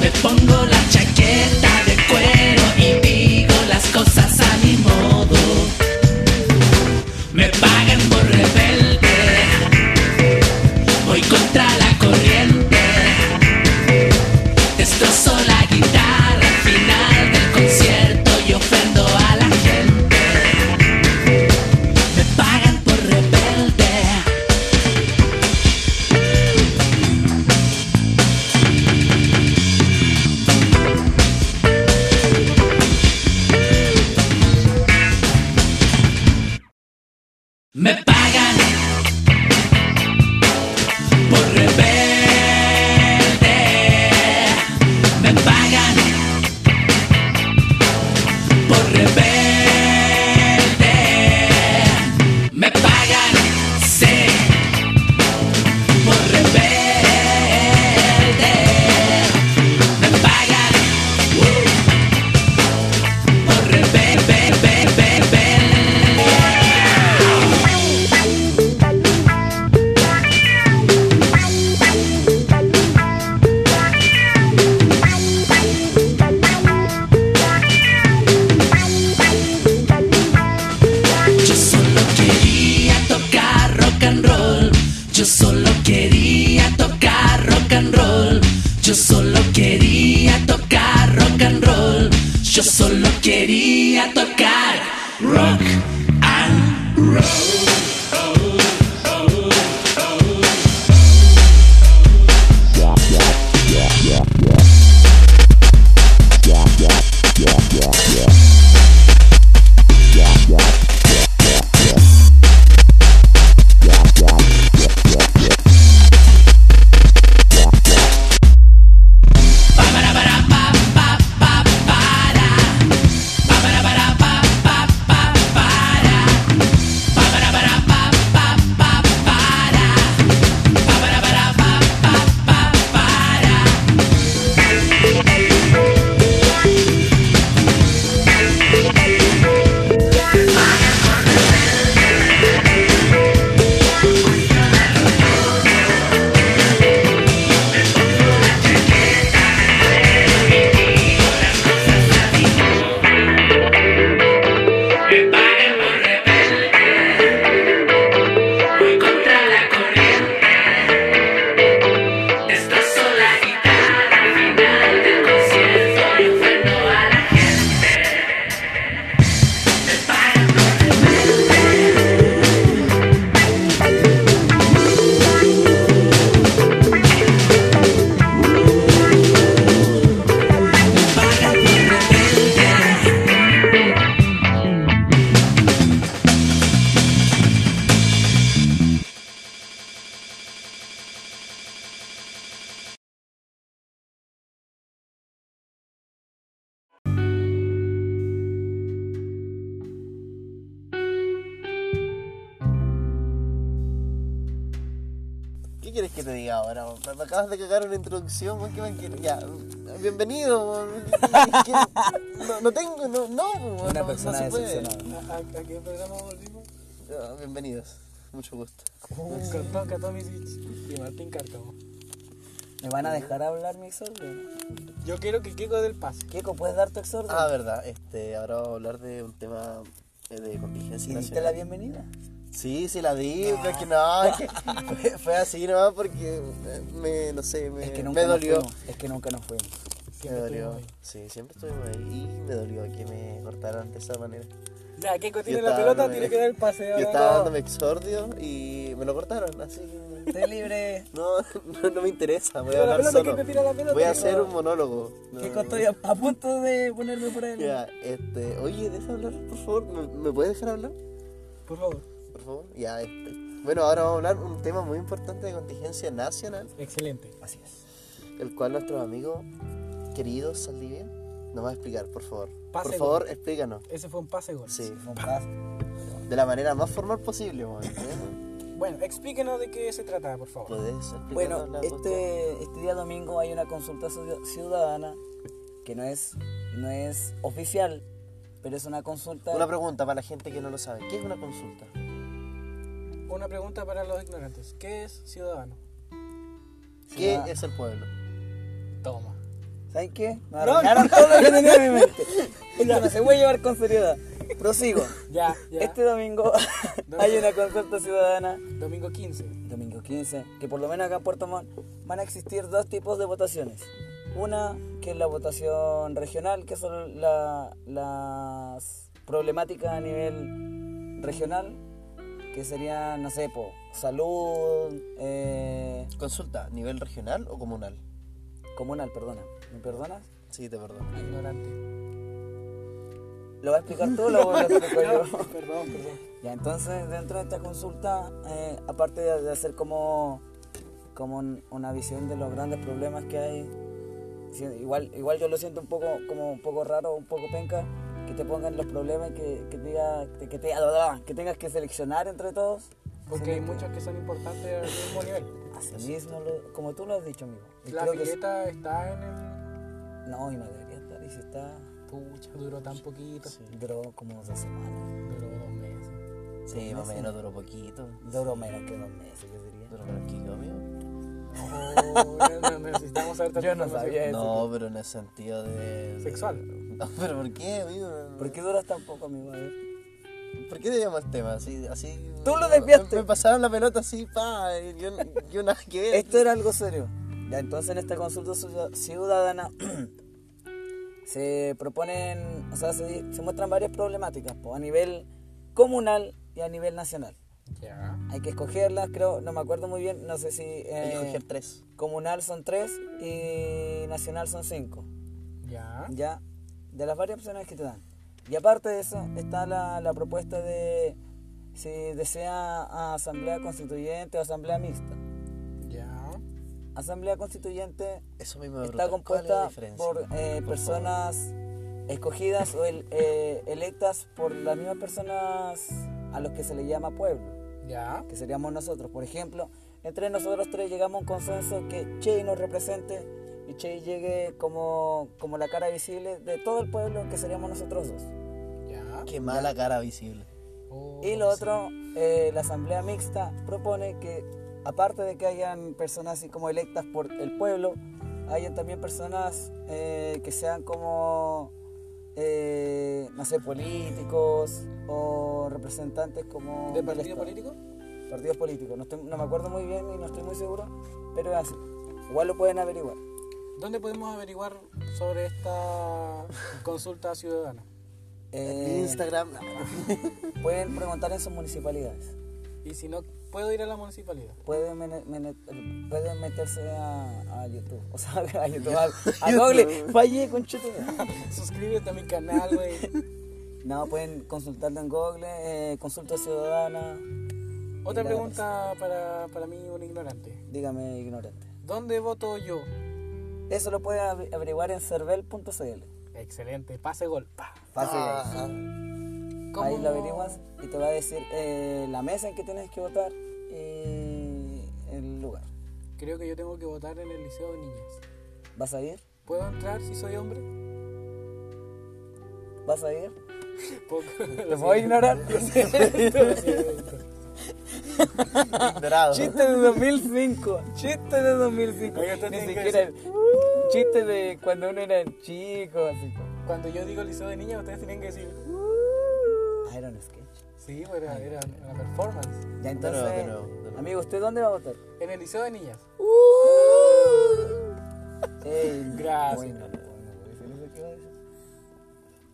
S6: Me pongo la chaqueta de cuero y digo las cosas a mi modo. Me pagan por rebelde. Voy contra la corriente. Destrozo la guitarra al final del concierto y ofendo a la gente. Me pagan por rebelde. Me pagan por rebelde. Me pagan por rebelde. Me pagan, sí, por rebelde. Me pagan uh, por rebelde. Yo solo quería tocar rock and roll. Yo solo quería tocar rock and roll. Yo solo quería tocar rock and roll. Yo solo quería tocar rock and roll. Para, para,
S2: quieres que te diga ahora? weón? Me me acabas de cagar una introducción, weón, ¿qué más quieres? Ya, bienvenido. weón. Es que No, no tengo, no, no, weón, no,
S4: Una
S2: no
S4: persona
S2: se puede.
S4: decepcionada.
S3: ¿A, a, a qué programa volvimos?
S2: Ah, Bienvenidos, mucho gusto. Uh.
S3: Con Tom Katomisic y Martín Cárcamo.
S4: ¿Me van a dejar hablar mi exordio?
S3: Yo quiero que Kiko del pase.
S4: Kiko, ¿puedes dar tu exordio?
S2: Ah, verdad, este, ahora vamos a hablar de un tema eh, de contingencia
S4: ¿Y diste
S2: nacional.
S4: la bienvenida?
S2: Sí, sí la Ah. di, pero es que no, es que fue, fue así nomás porque eh, me, no sé, me,
S4: Es que nunca
S2: me dolió.
S4: nos fuimos. Es que nunca nos fuimos.
S2: Me dolió, sí, siempre estuvimos ahí y me dolió que me cortaran de esa manera.
S3: Ya, Kiko tiene
S2: Yo
S3: la
S2: estaba
S3: pelota,
S2: dándome-
S3: tiene que dar el pase.
S2: Yo
S3: ahora.
S2: estaba dándome exordio y me lo cortaron, así que
S4: Estoy libre.
S2: no, no, no me interesa, voy a
S3: Tira la
S2: hablar
S3: pelota,
S2: solo.
S3: que te tira la pelota,
S2: Voy a
S3: que
S2: hacer
S3: no.
S2: un monólogo. No,
S4: Kiko, estoy a, a punto de ponerme por él.
S2: Ya, este, oye, deja hablar, por favor, ¿me, me puedes dejar hablar?
S3: Por favor.
S2: Por favor, ya, este. Bueno, ahora vamos a hablar un tema muy importante de contingencia nacional.
S3: Excelente.
S4: Así es.
S2: el cual nuestro amigo querido Saldivia nos va a explicar, por favor.
S3: Páselo.
S2: Por favor, explícanos.
S3: Ese fue un pase gol.
S2: Sí,
S4: Fue un paz.
S2: de la manera más formal posible, weón, ¿eh?
S3: Bueno, explíquenos de qué se trataba, por favor.
S2: ¿Podés explicarnos
S4: Bueno,
S2: la cuestión?
S4: este, este día domingo hay una consulta ciu- ciudadana que no es, no es oficial, pero es una consulta.
S2: Una pregunta para la gente que no lo sabe. ¿Qué es una consulta? Pues-
S3: Una pregunta para los ignorantes. ¿Qué es ciudadano?
S2: ¿Qué
S4: Ciudad-
S2: es el pueblo?
S3: Toma.
S4: ¿Saben qué? Me arruinaron todo lo que tenía en mi mente. Esto no se puede llevar con seriedad. Prosigo.
S3: Ya, ya.
S4: Este domingo hay una consulta ciudadana,
S3: Domingo 15.
S4: domingo 15, que por lo menos acá en Puerto Montt van a existir dos tipos de votaciones. Una que es la votación regional, que son la- las problemáticas a nivel regional, que serían, no sé, po, salud, eh,
S2: Consulta, ¿nivel regional o comunal?
S4: comunal, perdona. ¿Me perdonas?
S2: Sí, te perdono.
S3: Ignorante.
S4: ¿Lo va a explicar tú o lo voy a explicar yo?
S3: Perdón, perdón.
S4: Ya, entonces dentro de esta consulta, eh, aparte de, de hacer como, como un- una visión de los grandes problemas que hay, si- igual, igual yo lo siento un poco, como un poco raro, un poco penca, que te pongan los problemas y que, que, te diga- que, te, que tengas que seleccionar entre todos.
S3: Porque hay muchos que son importantes al mismo nivel.
S4: Así mismo, lo- como tú lo has dicho, amigo. Y
S3: La
S4: creo que sí-
S3: pileta está en el...
S4: no, y no debería estar, y si está,
S3: Pucha, duró tan poquito.
S4: duró como dos semanas.
S3: Duró dos meses.
S2: Sí, más o menos duró poquito.
S4: Duró menos que dos meses, yo diría.
S2: Duró menos que yo, amigo.
S3: Oh, bueno, necesitamos saber tanta
S4: Yo no
S3: información.
S4: sabía eso.
S2: No, pero en el sentido de...
S3: Sexual.
S2: No, pero ¿por qué, amigo?
S4: ¿Por qué duras tan poco, amigo? A ver.
S2: ¿Por qué desviamos el tema? Así, así,
S4: Tú lo desviaste.
S2: Me, me pasaron la pelota así, pa, y yo, yo nada que ver.
S4: Esto era algo serio. Ya, entonces en esta consulta ciu- ciudadana se proponen, o sea, se, se muestran varias problemáticas po, a nivel comunal y a nivel nacional.
S3: Ya.
S4: Hay que escogerlas, creo, no me acuerdo muy bien, no sé si
S2: Hay que
S4: eh,
S2: escoger tres.
S4: comunal son tres y nacional son cinco.
S3: Ya.
S4: Ya, de las varias opciones que te dan. Y aparte de eso, está la, la propuesta de si desea a asamblea constituyente o asamblea mixta.
S3: Ya.
S4: Asamblea constituyente
S2: Eso mismo me
S4: está
S2: preguntan, ¿cuál es la
S4: compuesta
S2: diferencia?
S4: por eh, personas escogidas o el- eh, electas por las mismas personas a los que se le llama pueblo,
S3: Ya.
S4: que seríamos nosotros. Por ejemplo, entre nosotros tres llegamos a un consenso que Che nos represente y Che llegue como, como la cara visible de todo el pueblo, que seríamos nosotros dos.
S3: Ya.
S2: Qué mala cara visible.
S3: Oh,
S4: Y lo otro, eh, la asamblea mixta propone que, aparte de que hayan personas así como electas por el pueblo, hayan también personas eh, que sean como, eh, no sé, políticos o representantes como...
S3: ¿De
S4: del
S3: partido
S4: Estado.
S3: político?
S4: Partidos políticos, no, estoy- no me acuerdo muy bien y no estoy muy seguro, pero es así. Igual lo pueden averiguar.
S3: ¿Dónde podemos averiguar sobre esta consulta ciudadana?
S4: Eh,
S2: Instagram.
S4: pueden preguntar en sus municipalidades.
S3: Y si no, puedo ir a la municipalidad.
S4: pueden, mene- mene- pueden meterse a, a YouTube. O sea, a YouTube, a, a Google. Fallé con
S3: Suscríbete a mi canal, güey.
S4: No, pueden consultarlo en Google, eh, consulta ciudadana.
S3: Otra
S4: Y la-
S3: pregunta para, para mí, un ignorante.
S4: Dígame, ignorante.
S3: ¿Dónde voto yo?
S4: Eso lo pueden ave- averiguar en cervel.cl.
S3: Excelente, pase gol. Pa.
S4: Fácil.
S3: ¿Cómo?
S4: Ahí lo averiguas y te va a decir eh, la mesa en que tienes que votar y el lugar.
S3: Creo que yo tengo que votar en el liceo de niñas.
S4: ¿Vas a ir?
S3: ¿Puedo entrar si soy hombre?
S4: ¿Vas a ir?
S3: ¿Puedo-
S4: ¿Te puedo ignorar?
S2: Ignorado.
S4: Chiste de 2005. Chiste de 2005.
S3: Oiga, usted
S4: Ni
S3: tiene que
S4: siquiera. Chiste de cuando uno era chico. Así.
S3: Cuando yo digo liceo de niñas, ustedes tienen que decir.
S4: Iron Sketch.
S3: Sí, bueno, era, era una performance.
S4: Ya entonces.
S2: de nuevo, de nuevo.
S4: Amigo, ¿usted dónde va a votar?
S3: En el liceo de niñas.
S4: Ey,
S3: Gracias.
S4: bueno, bueno, pues, ¿en eso qué va a decir?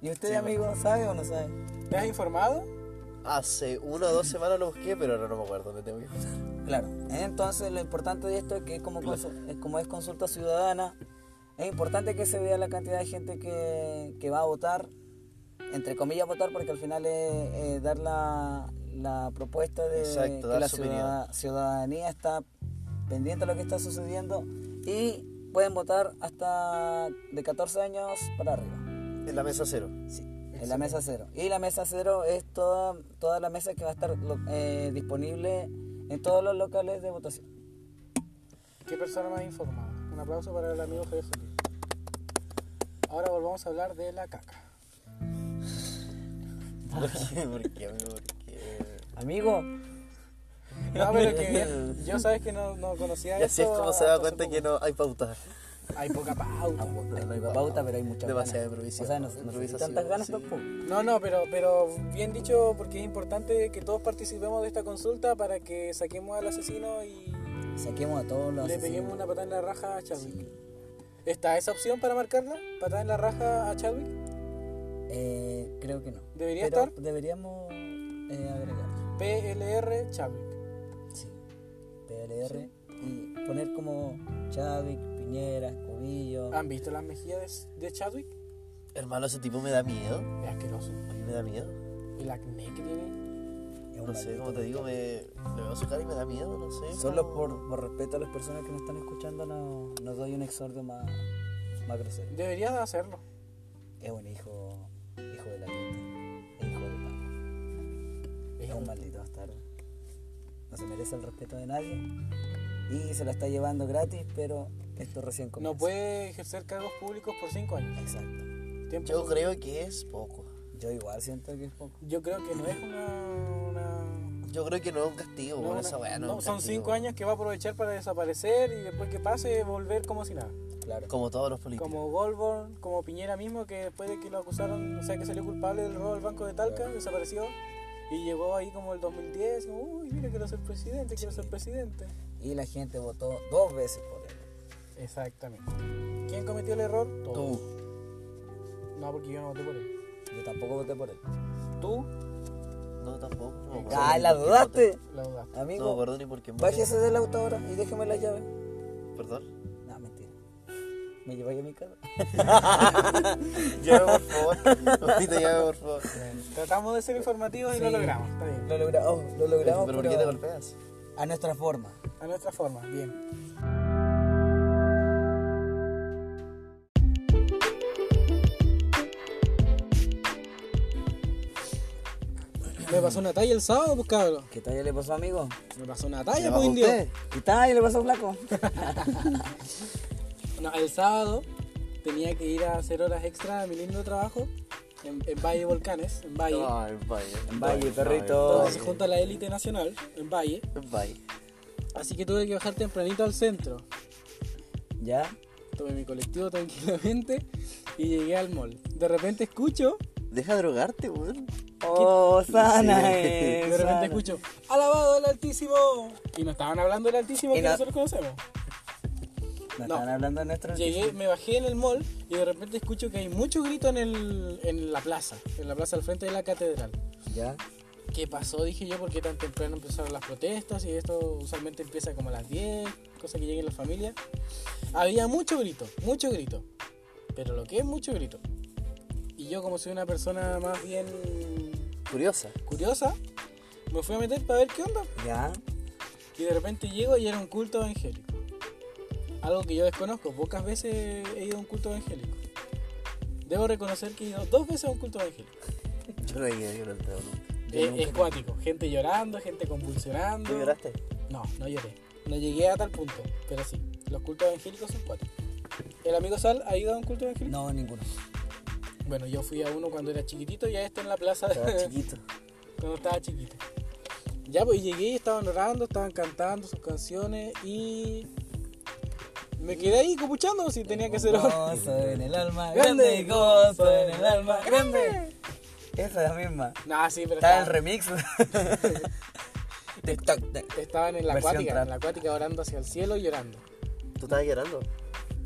S4: ¿Y usted, amigo, sabe o no sabe?
S3: ¿Te has informado?
S2: Hace una o dos semanas lo busqué, pero ahora no me acuerdo dónde tengo que buscar.
S4: Claro. Entonces, lo importante de esto es que, como, consu- es como es consulta ciudadana, es importante que se vea la cantidad de gente que, que va a votar, entre comillas, votar, porque al final es eh, dar la, la propuesta de
S2: Exacto,
S4: que
S2: dar
S4: la
S2: su
S4: ciudad- ciudadanía está pendiente de lo que está sucediendo y pueden votar hasta de 14 años para arriba.
S2: En la mesa cero.
S4: Sí, en la mesa cero. Y la mesa cero es toda, toda la mesa que va a estar lo- eh, disponible en todos los locales de votación.
S3: ¿Qué persona más informada? Un aplauso para el amigo Jesús. Ahora volvamos a hablar de la caca.
S2: ¿Por qué? ¿Por qué? ¿Por qué?
S4: Amigo,
S2: Mm.
S3: No, pero que yo sabes que no, no conocía
S2: Y así es
S3: esto
S2: como se da
S3: hasta
S2: cuenta Ah,
S3: hace
S2: que
S3: poco.
S2: no hay pautas.
S3: Hay poca pauta.
S4: hay poca pauta, pero hay mucha
S2: Demasiada
S4: ganas.
S2: improvisación.
S4: O sea, no, no sé si
S2: Improvisación,
S4: tantas ganas
S2: sí.
S4: tampoco.
S3: No, no, pero, pero bien dicho porque es importante que todos participemos de esta consulta para que saquemos al asesino y
S4: Saquemos a todos los
S3: le
S4: asesinos.
S3: peguemos una patada en la raja a Chadwick. ¿Está esa opción para marcarla? ¿Patada en la raja a Chadwick?
S4: Eh, creo que no.
S3: ¿Debería
S4: Pero
S3: estar?
S4: Deberíamos eh, agregar.
S3: PLR Chadwick.
S4: Sí. PLR. Y poner como Chávez, Piñera, Cubillo.
S2: Ah,
S3: ¿Han visto las mejillas de, de Chadwick?
S2: Hermano, ese tipo me da miedo.
S3: Es asqueroso.
S2: A mí me da miedo.
S3: El acné que tiene.
S4: es un
S2: No sé,
S4: maldito.
S2: como te digo, me... le veo su cara y me da miedo, no sé.
S4: Solo
S2: como-
S4: por, por respeto a las personas que nos están escuchando, no, no doy un exordio más, más grosero.
S3: Debería de hacerlo.
S4: Es un hijo, hijo de la puta. Es hijo de Paco. Es un maldito bastardo. No se merece el respeto de nadie. Y se la está llevando gratis, pero esto recién comienza.
S3: No puede ejercer cargos públicos por 5 años.
S4: Exacto.
S3: Tiempo
S2: Yo creo que es poco.
S4: Yo igual siento que es poco.
S3: Yo creo que no es una. una-
S2: Yo creo que no es un castigo,
S3: no,
S2: bueno,
S3: una-
S2: esa weá no, es
S3: no,
S2: un
S3: son
S2: castigo.
S3: cinco años que va a aprovechar para desaparecer y después que pase volver como si nada.
S4: Claro.
S2: Como todos los políticos.
S3: Como Goldborn, como Piñera mismo, que después de que lo acusaron, o sea, que salió culpable del robo al banco de Talca, desapareció y llegó ahí como el 2010. como, Uy, mira, quiero ser presidente, quiero ser presidente.
S4: Y la gente votó dos veces por él.
S3: Exactamente. ¿Quién cometió el error?
S2: Tú.
S3: No, porque yo no voté por él.
S4: Yo tampoco voté por él.
S3: Tú
S2: No, tampoco. No me acuerdo
S4: ¡Ah,
S2: ni
S4: la
S2: por
S4: dudaste!
S2: qué
S3: la dudaste.
S2: voté. No me
S4: Amigo,
S2: acuerdo ni por qué. voté.
S4: bájese del auto ahora y déjeme la llave.
S2: Perdón.
S4: No, mentira. ¿Me lleváis a mi casa?
S2: Llame, por favor. Papito, llame, por favor.
S3: Tratamos de ser informativos y lo logramos. Está bien.
S4: Lo, logra- oh, lo logramos.
S2: Pero ¿por qué te golpeas?
S4: A nuestra forma.
S3: A nuestra forma, bien. Me pasó una talla el sábado, pues cabrón.
S4: ¿Qué talla le pasó, amigo?
S3: Me pasó una
S2: ¿Qué
S3: talla,
S2: va
S3: pues
S2: con
S3: indio.
S2: usted?
S4: ¿Y talla le pasó, flaco?
S3: No, el sábado tenía que ir a hacer horas extra a mi lindo trabajo en, en Valle Volcanes, en Valle.
S2: Ay, vaya.
S4: En Valle, perrito.
S3: donde se junta la élite nacional, en Valle.
S2: Bye.
S3: Así que tuve que bajar tempranito al centro.
S4: ¿Ya?
S3: Tomé mi colectivo tranquilamente y llegué al mall. De repente escucho
S2: Deja drogarte, weón.
S4: Oh, sana
S3: Y
S4: es.
S3: de repente
S4: sana.
S3: escucho, alabado el Altísimo. Y no estaban hablando del Altísimo
S4: Y
S3: que
S4: no-
S3: nosotros conocemos.
S4: No,
S3: No.
S4: estaban hablando de nuestro.
S3: Llegué, me bajé en el mall y de repente escucho que hay mucho grito en, el, en la plaza, en la plaza al frente de la catedral.
S4: ¿Ya?
S3: ¿Qué pasó? Dije yo, porque tan temprano empezaron las protestas y esto usualmente empieza como a las 10, cosa que lleguen las familias. Había mucho grito, mucho grito. Pero lo que es mucho grito. Y yo como soy una persona más bien
S2: Curiosa.
S3: curiosa, me fui a meter para ver qué onda.
S4: ¿Ya?
S3: Y de repente llego y era un culto evangélico. Algo que yo desconozco, pocas veces he ido a un culto evangélico. Debo reconocer que he ido dos veces a un culto evangélico.
S2: Yo no he ido, yo no he entrado nunca.
S3: Es, es cuático, gente llorando, gente convulsionando.
S2: ¿Tú lloraste?
S3: No, no lloré. No llegué a tal punto. Pero sí, los cultos evangélicos son cuatro. ¿El amigo Sal ha ido a un culto evangélico?
S4: No, ninguno.
S3: Bueno, yo fui a uno cuando era chiquitito y a este en la plaza
S4: Estaba chiquito.
S3: cuando estaba chiquito. Ya, pues llegué y estaban orando, estaban cantando sus canciones y me quedé ahí copuchando pues, si tenía que ser hora.
S4: Gozo en el alma, grande. Gozo en el alma, grande. Esa es la misma.
S3: Nah, sí, pero
S4: Está el
S3: estaban,
S4: remix. TikTok.
S3: estaban en la
S4: Versión
S3: acuática,
S4: trap.
S3: en la acuática orando hacia el cielo y llorando.
S2: ¿Tú estabas llorando?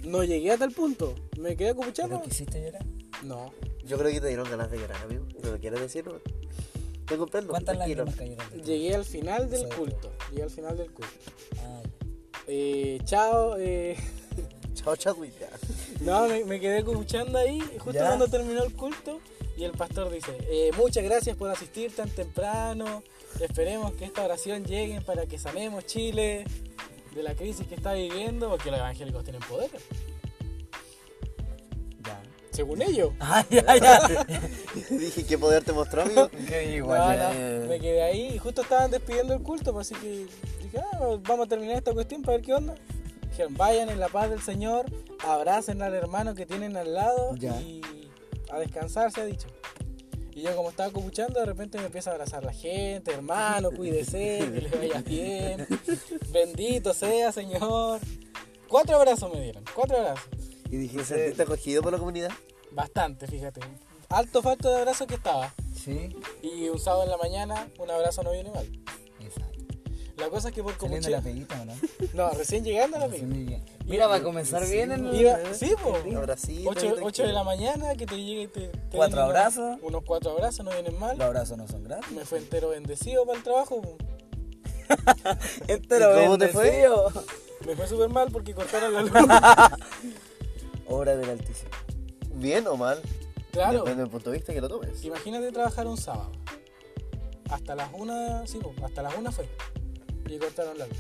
S3: No llegué a tal punto, me quedé copuchando.
S4: ¿Lo quisiste llorar?
S3: No,
S2: Yo creo que te dieron ganas de llorar, amigo. ¿No lo quieres decir? No? Te comprendo.
S4: ¿Cuántas
S2: tranquilo.
S4: lágrimas cayeron? de ti?
S3: llegué al final del
S4: Sí.
S3: culto. Llegué al final del culto.
S4: Ah,
S3: Eh, chao, eh.
S2: Chao, chao, ya.
S3: No, me, me quedé escuchando ahí, justo
S4: ¿Ya?
S3: cuando terminó el culto, y el pastor dice, eh, muchas gracias por asistir tan temprano, esperemos que esta oración llegue para que sanemos Chile de la crisis que está viviendo, porque los evangélicos tienen poder,
S4: ya.
S3: según ellos.
S4: Ah, ya, ya.
S2: Dije, ¿qué poder te mostró, amigo?
S4: Qué
S3: No,
S4: igual.
S3: no,
S4: eh.
S3: me quedé ahí, y justo estaban despidiendo el culto, pues, así que dije, "Ah, vamos a terminar esta cuestión para ver qué onda. Dijeron, vayan en la paz del Señor, abracen al hermano que tienen al lado
S4: Ya.
S3: y a descansar, se ha dicho. Y yo como estaba copuchando, de repente me empieza a abrazar la gente, hermano, cuídese, que le vaya bien, bendito sea Señor. Cuatro abrazos me dieron, cuatro abrazos.
S2: Y dije, ¿sentiste acogido por la comunidad?
S3: Bastante, fíjate. Alto falto de abrazo que estaba.
S4: Sí.
S3: Y un sábado en la mañana, un abrazo no viene mal.
S4: Exacto.
S3: La cosa es que por
S4: Saliendo
S3: copuchar...
S4: la peguita, ¿no?
S3: No, recién llegando a la
S4: Sí,
S3: mina.
S4: muy bien. Mira, va a comenzar bien en
S3: Iba, sí, po.
S2: Abracito,
S3: 8,
S2: tranquilo.
S3: de la mañana que te llegue y te, te
S4: Cuatro
S3: den unos-
S4: abrazos.
S3: Unos cuatro abrazos, no vienen mal.
S4: Los abrazos no son gratis.
S3: Me fue entero bendecido para el trabajo. po.
S4: Entero
S2: ¿Cómo te fue?
S4: bendecido.
S3: Me fue súper mal porque cortaron la luz.
S4: Obra del Altísimo.
S2: ¿Bien o mal?
S3: claro.
S2: Depende del punto de vista que lo tomes.
S3: Imagínate trabajar un sábado. Hasta las una, sí, po, hasta las una fue. Y cortaron la luz.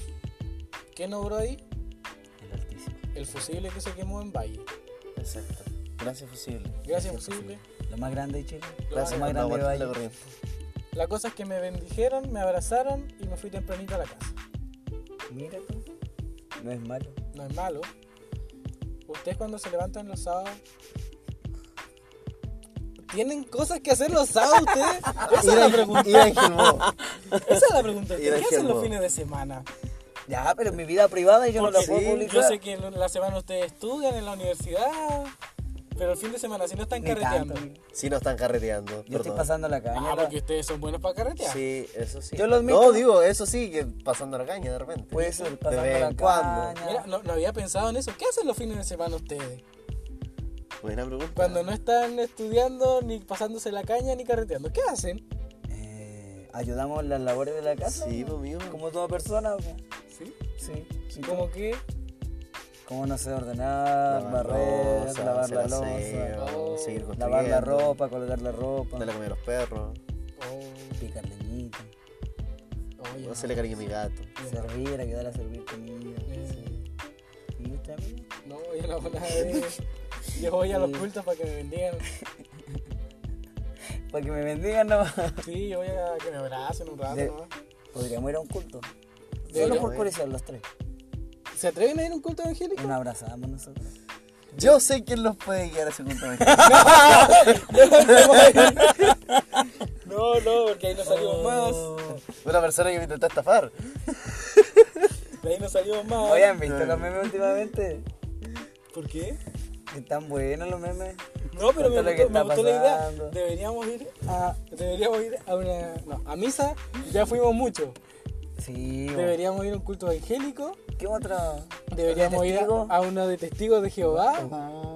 S3: ¿Quién obró ahí?
S4: El Altísimo.
S3: El fusible que se quemó en Valle.
S2: Exacto. Gracias, fusible.
S3: Gracias, fusible.
S4: Lo más grande de Chile. Lo más
S2: Gracias, por no
S4: grande de
S2: aguantar la
S4: Valle.
S2: corriente.
S3: La cosa es que me bendijeron, me abrazaron y me fui tempranito a la casa.
S4: Mira tú. No es malo.
S3: no es malo. Ustedes cuando se levantan los sábados tienen cosas que hacer los sábados ustedes. Esa es la pregunta.
S2: Ir a Angelmo.
S3: Esa es la pregunta.
S2: Ir al
S3: ¿Qué hacen
S2: germo.
S3: los fines de semana?
S4: Ya, pero mi vida privada yo no la
S3: Porque
S4: puedo
S3: yo
S4: publicar.
S3: sé que en la semana ustedes estudian en la universidad, pero el fin de semana si no están
S4: Ni tanto.
S3: carreteando.
S2: Si no están carreteando.
S4: Yo estoy
S2: perdón.
S4: pasando la caña.
S3: Ah, porque ustedes son buenos para carretear.
S2: Sí, eso sí.
S4: Yo lo admito.
S2: No, digo, eso sí, que pasando la caña de repente.
S4: Puede ser,
S2: de
S4: pasando
S2: vez
S4: la
S2: en cuando.
S4: caña.
S3: Mira, no, no había pensado en eso. ¿Qué hacen los fines de semana ustedes?
S2: Buena pregunta.
S3: Cuando no están estudiando, ni pasándose la caña, ni carreteando. ¿Qué hacen?
S4: Eh, ayudamos las labores de la casa.
S2: Sí, pues, amigo.
S4: Como toda persona. pues.
S3: ¿Sí?
S4: Sí. sí.
S3: Como que
S4: Como no sé ordenar,
S2: Lavar
S4: barrer,
S2: losa,
S4: lavar la
S2: hacer
S4: losa,
S2: aseo, seguir
S4: lavar la
S2: construyendo,
S4: ropa, colgar la ropa,
S2: Darle comida a los perros.
S3: Oh,
S4: picar leñita,
S3: oye, no.
S2: No se le cariño a mi gato.
S4: servir, ayudar a servir comida.
S3: Eh, Mm.
S4: sí. ¿Y usted, amigo?
S3: No, yo no hago nada de eso. Yo voy a los
S4: Sí.
S3: cultos para que me bendigan.
S4: Para que me bendigan nomás.
S3: Sí, yo voy a que me abracen un
S2: Ah,
S3: rato
S4: De-
S3: nomás.
S4: Podríamos ir a un culto.
S3: Deberíamos
S4: Solo por
S2: ir.
S4: curiosidad los tres.
S3: ¿Se atreven a ir a un culto evangélico?
S4: Y nos abrazamos nosotros.
S2: Yo sé quién los puede guiar a ese punto de vista.
S4: Mm.
S3: No, no, porque ahí no salimos
S2: Una persona que me intentó estafar.
S3: más. De ahí no salimos más.
S4: Oye, ¿han visto los memes últimamente?
S3: ¿Por qué?
S4: Que están buenos los memes.
S3: No, pero me
S4: Cuéntale
S3: gustó,
S4: qué
S3: me
S4: está
S3: gustó la idea.
S4: pasando.
S3: Deberíamos ir a, deberíamos ir a una... No, a misa ya fuimos mucho.
S4: Sí, bueno.
S3: Deberíamos ir a un culto evangélico.
S4: ¿Qué otra?
S3: Deberíamos ir a,
S4: testigo?
S3: a uno de testigos de Jehová.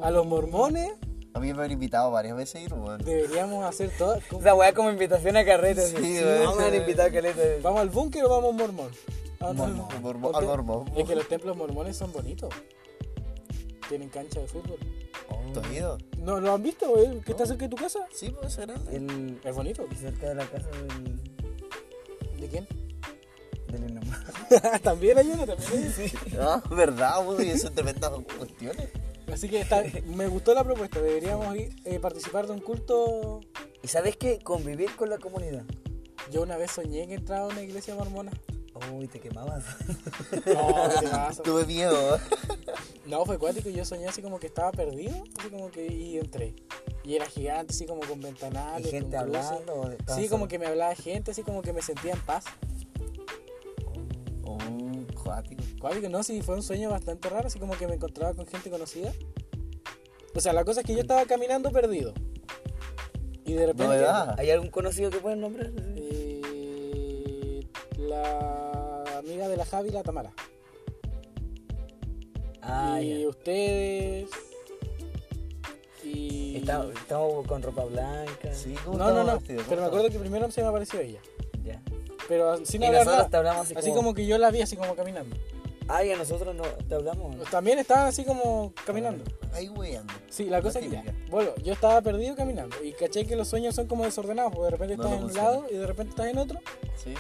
S3: A los mormones.
S2: A mí me habían invitado varias veces a ir, weón.
S3: Deberíamos hacer todo.
S4: Esa weá como invitación a carretes.
S2: Sí,
S4: Sí,
S2: weón.
S4: vamos a invitar a carretes.
S3: ¿Vamos al búnker o vamos a un mormón? ¿A dónde
S4: Mormón.
S2: Al
S3: vamos?
S2: mormón-
S3: Ok.
S2: al mormón.
S3: Es que los templos mormones son bonitos. Tienen cancha de fútbol.
S2: ¿Tú has ido?
S3: ¿No lo han visto, güey? ¿Qué está cerca de tu casa?
S2: Sí, pues era.
S4: El,
S3: Es bonito.
S4: cerca de la casa del,
S3: ¿De quién?
S4: del innombrable.
S3: también hay uno, también hay uno.
S2: Ah, verdad, weón. Y eso es tremendas cuestiones.
S3: Así que está- me gustó la propuesta. Deberíamos ir, eh, participar de un culto.
S4: ¿Y sabes qué? Convivir con la comunidad.
S3: Yo una vez soñé que entraba a una iglesia mormona.
S4: Oh, Uy, te quemabas.
S3: No, ¿qué pasa?
S2: Tuve miedo.
S3: No, fue cuático y yo soñé así como que estaba perdido, así como que y entré. Y era gigante, así como con ventanales,
S4: ¿Y gente
S3: con luces.
S4: hablando o estabas
S3: Sí, como
S4: solo?
S3: que me hablaba gente, así como que me sentía en paz.
S2: Oh, cuático.
S3: Cuático, no, sí, fue un sueño bastante raro, así como que me encontraba con gente conocida. O sea, la cosa
S4: Mm.
S3: es que yo estaba caminando perdido. Y de repente...
S2: Novedad.
S4: ¿Hay algún conocido que puedan nombrar? Así.
S3: eh, la amiga de la Javi, la Tamara.
S4: Ah,
S3: y
S4: ya.
S3: ustedes... Y...
S4: Está- Estamos con ropa blanca.
S2: Sí, ¿cómo
S3: No, no,
S2: estamos
S3: no,
S2: vestidos?
S3: pero me acuerdo que primero se me apareció ella.
S4: Ya.
S3: Pero sin
S4: Y
S3: hablar
S4: nosotros
S3: nada.
S4: te hablamos así
S3: así como...
S4: como-
S3: que yo la vi así como caminando.
S4: Ay, a nosotros no te hablamos.
S3: También estaba así como caminando.
S2: Ahí weando.
S3: Sí, la cosa es que ya, bueno, yo estaba perdido caminando y caché que los sueños son como desordenados, porque de repente
S2: No,
S3: estás
S2: no
S3: en un
S2: funciona.
S3: lado y de repente estás en otro.
S2: Sí.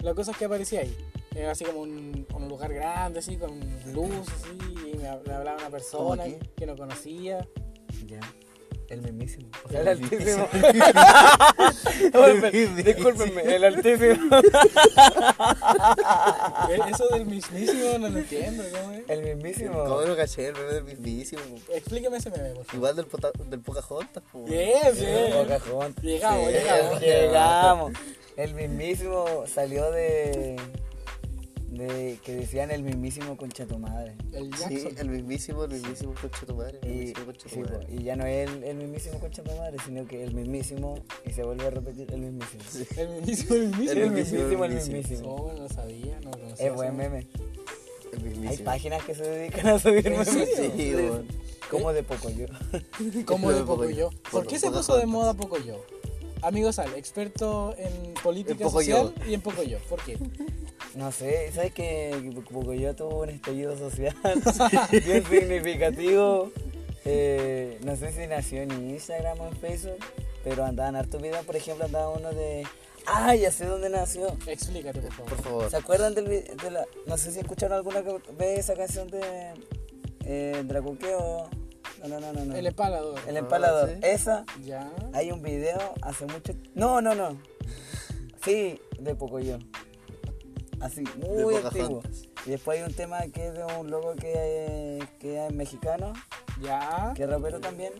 S3: La cosa es que aparecía ahí. Era así como un, un lugar grande, así, con luz, así, y me, hab- me hablaba una persona
S2: qué?
S3: que no conocía.
S4: Ya. El mismísimo. O sea, el altísimo.
S3: Discúlpenme, el altísimo. Eh, Eso del mismísimo no lo entiendo, ¿cómo es?
S4: El
S2: ¿Cómo
S4: mismísimo.
S2: no caché el meme del mismísimo?
S3: Explíqueme ese meme, por favor.
S2: Igual del, pota, del Pocahontas, pues, po.
S3: Bien, bien.
S4: Pocahontas.
S3: Llegamos,
S2: Sí.
S3: llegamos.
S4: Llegamos. El mismísimo salió de. de que decían el mismísimo concha tu madre.
S3: El
S2: Sí,
S3: Jackson.
S2: el mismísimo, el mismísimo concha tu madre. El
S4: Y,
S2: mismísimo concha
S4: sí,
S2: tu madre.
S4: po, y ya no es el, el mismísimo concha tu madre, sino que el mismísimo. Y se vuelve a repetir el mismísimo.
S3: El mismísimo, el mismísimo.
S4: El Eh, mismísimo, el
S2: mismísimo.
S4: mismísimo.
S3: Oh, no lo sabía, no lo conocía.
S4: Es buen meme.
S2: El
S4: Hay
S2: mismísimo.
S4: páginas que se dedican a subir
S3: ¿En
S4: memes.
S3: serio?
S2: Sí, weón.
S4: Como de poco yo.
S3: ¿Cómo de
S2: Pocoyo.
S3: Pocoyo? ¿Por
S2: Poco-
S3: qué se
S2: Pocoyo.
S3: puso de moda Pocoyo? Amigo Sal, experto en política
S2: En Pocoyo.
S3: social y en Pocoyo. ¿Por qué?
S4: No sé, ¿sabes que Pocoyo tuvo un estallido social bien significativo? Eh, no sé si nació en Instagram o en Facebook, pero andaban harto videos, por ejemplo, andaba uno de... ¡Ah, ya sé dónde nació!
S3: Explícate, por
S2: Por
S3: favor.
S2: favor.
S4: ¿Se acuerdan del vi- de la... No sé si escucharon alguna ca- vez esa canción de... Eh, Dracuqueo... No, no, no, no. no.
S3: El empalador.
S4: El empalador.
S2: Ah, sí.
S4: Esa,
S3: Ya.
S4: hay un video hace mucho... No, no, no. Sí, de Pocoyo. Así, muy antiguo.
S2: Pocahontas.
S4: Y después hay un tema que es de un loco que, eh, que es mexicano,
S3: Ya.
S4: que es rapero también,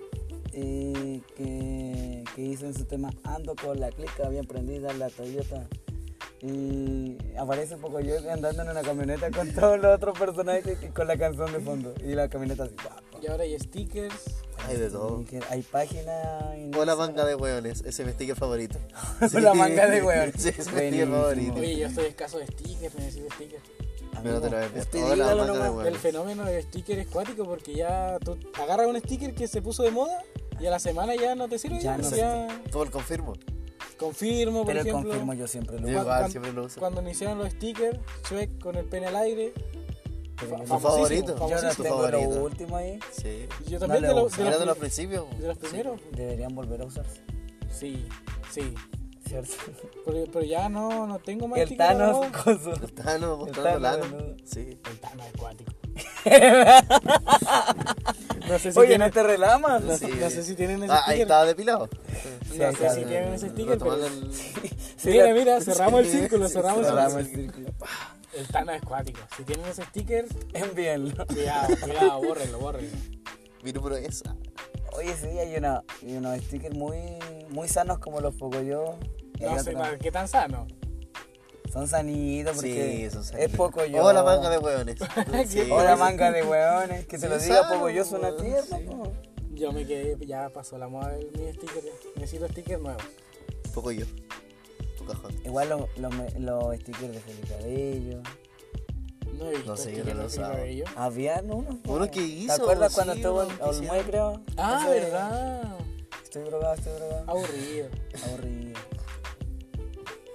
S4: y que, que hizo en su tema Ando con la clica bien prendida, la Toyota. Y aparece un poco yo andando en una camioneta con todos los otros personajes y con la canción de fondo. Y la camioneta así. pa, pa.
S3: Y ahora hay stickers.
S2: Hay de todo.
S4: Y que Hay página. en
S2: O la
S4: Instagram.
S2: manga de hueones, ese es mi sticker favorito.
S4: O la manga de hueones.
S2: Sí, ese es mi sticker
S4: Buenísimo.
S2: favorito.
S3: Oye, yo estoy escaso de stickers, necesito stickers.
S2: Pero te lo voy
S4: Amigo,
S2: a enviar.
S4: usted
S2: Hola,
S4: dígalo
S2: manga de
S4: nomás.
S2: Bueno.
S3: El fenómeno de sticker es cuático porque ya tú agarras un sticker que se puso de moda y a la semana ya no te sirve.
S4: Ya
S3: Ya,
S4: no
S2: Todo el confirmo.
S3: confirmo, por
S4: Pero el
S3: ejemplo.
S4: confirmo yo siempre lo uso.
S2: Yo
S3: Cuando-
S2: igual,
S3: cuando-
S2: siempre lo uso.
S3: Cuando iniciaron los stickers, Shrek con el pene al aire.
S4: pero
S3: fa-
S4: yo no-
S2: Tu
S3: famosísimo,
S2: favorito.
S4: Yo no
S2: tu
S3: famosísimo.
S4: tengo lo
S2: favorito.
S4: último ahí.
S2: Sí.
S3: Y Yo también
S4: No
S3: de,
S4: lo
S3: los-
S4: uso.
S3: de
S2: Era de
S3: los,
S2: los principios.
S3: de los primeros.
S4: Deberían volver a usarse,
S3: Sí, sí.
S4: ¿cierto?
S3: Pero, pero ya no, no tengo más
S4: El
S3: sticker a la
S4: Thanos
S3: moda.
S4: con su...
S2: Tano, mostrando
S4: Tano,
S2: lano.
S4: boludo.
S2: Sí.
S3: El Thanos acuático. no sé si
S4: Oye,
S3: tienen,
S4: no te relamas.
S3: no,
S4: ¿no?
S3: sé-
S2: Sí.
S3: no sé si tienen ese
S2: Ah, ahí
S3: sticker.
S2: estaba depilado.
S3: no
S4: ahí
S3: sé
S4: está.
S3: si tienen ese sticker.
S2: Retomando
S3: Pero...
S2: el-
S4: Sí,
S3: mira,
S4: la-
S3: mira, cerramos el círculo,
S2: Sí,
S3: cerramos el
S4: Cerramos
S3: círculo.
S4: el círculo.
S3: El Thanos acuático. Si tienen ese sticker,
S4: Envíenlo.
S3: cuidado, cuidado, bórrenlo, bórrenlo.
S2: Mi número es. ah,
S4: Oye, sí, hay, una, hay unos stickers muy, muy sanos como los Pocoyo. y hay
S3: No sé,
S4: otros-
S3: man, qué tan sano.
S4: Son sanitos
S2: Sí,
S4: porque
S2: eso sí.
S4: es Pocoyo.
S2: O la manga de hueones. Sí.
S4: O la manga de hueones. Que se
S2: Sí,
S4: lo diga
S2: sano,
S4: Pocoyo suena
S2: weón,
S4: tierno.
S2: sí.
S4: po.
S3: Yo me quedé, ya pasó la moda de mi sticker. Necesito stickers nuevos.
S2: Un poco yo. Tu cajón.
S4: Igual los los- los stickers de Felipe Cabello.
S3: No he visto
S2: No sé, yo
S3: stickers
S2: no
S3: de
S2: lo
S3: Free
S2: usaba.
S3: Cabello.
S4: Habían unos. po.
S2: Uno que hizo,
S4: ¿Te acuerdas
S2: sí,
S4: cuando estuvo en
S2: uno que
S4: Olmué, creo?
S3: Ah,
S4: Ese-
S3: verdad.
S4: Estoy drogado, estoy drogado.
S3: Aburrido.
S4: Aburrido.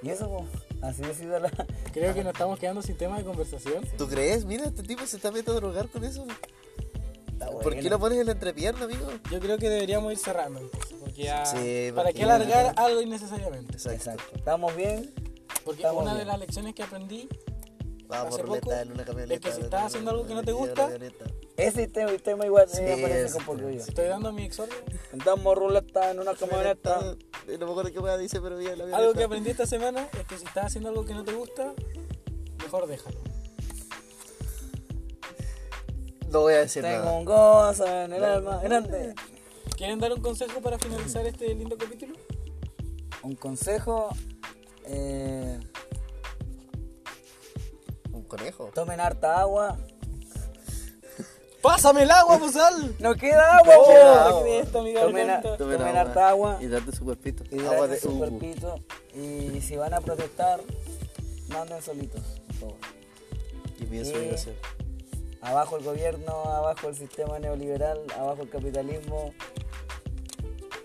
S4: Y eso, po, así ha sido la.
S3: Creo que nos estamos quedando sin tema de conversación.
S2: ¿Tú crees? Mira, este tipo se está metiendo a drogar con eso. ¿Por qué
S4: buena.
S2: lo pones en la entrepierna, amigo?
S3: Yo creo que deberíamos ir cerrando entonces, porque ya
S2: Sí,
S3: para
S2: porque
S3: qué
S2: ya-
S3: alargar algo innecesariamente.
S4: Exacto. Estamos bien.
S3: Porque
S4: Estamos
S3: una de
S4: bien.
S3: las lecciones que aprendí
S2: Vamos,
S3: Hace
S2: ruleta
S3: poco,
S2: en una camioneta.
S3: es que si
S2: en
S3: estás
S2: una
S3: haciendo algo que no te
S2: camioneta,
S3: gusta,
S2: en una camioneta.
S4: Ese tema, tema igual se
S2: Sí,
S4: aparece
S2: ese
S4: con Pocoyo.
S3: estoy dando mi exordio.
S4: Andamos ruleta en una camioneta.
S2: Eh, No me acuerdo qué hueá dice, pero mira la
S3: Algo que
S2: camioneta.
S3: aprendí esta semana es que si estás haciendo algo que no te gusta, Mejor déjalo.
S2: No voy a decir
S4: Tengo
S2: nada.
S4: un gozo en el alma grande.
S3: ¿Quieren dar un consejo para finalizar este lindo capítulo?
S4: Un consejo. eh,
S2: ¿Un conejo?
S4: tomen harta agua.
S3: ¡Pásame el agua, Pusal!
S4: ¡No queda agua,
S2: No
S4: po!
S2: queda agua.
S3: ¿Qué es esto, mi
S4: Tomen, a-
S3: garganta?
S4: tomen harta agua.
S2: Y date su cuerpito. Agua
S4: Hidraten
S2: de
S4: su
S2: uh,
S4: cuerpito. Y si van a protestar, no anden solitos. por favor.
S2: Y pide su
S4: Y-
S2: migración.
S4: Abajo el gobierno, abajo el sistema neoliberal, abajo el capitalismo.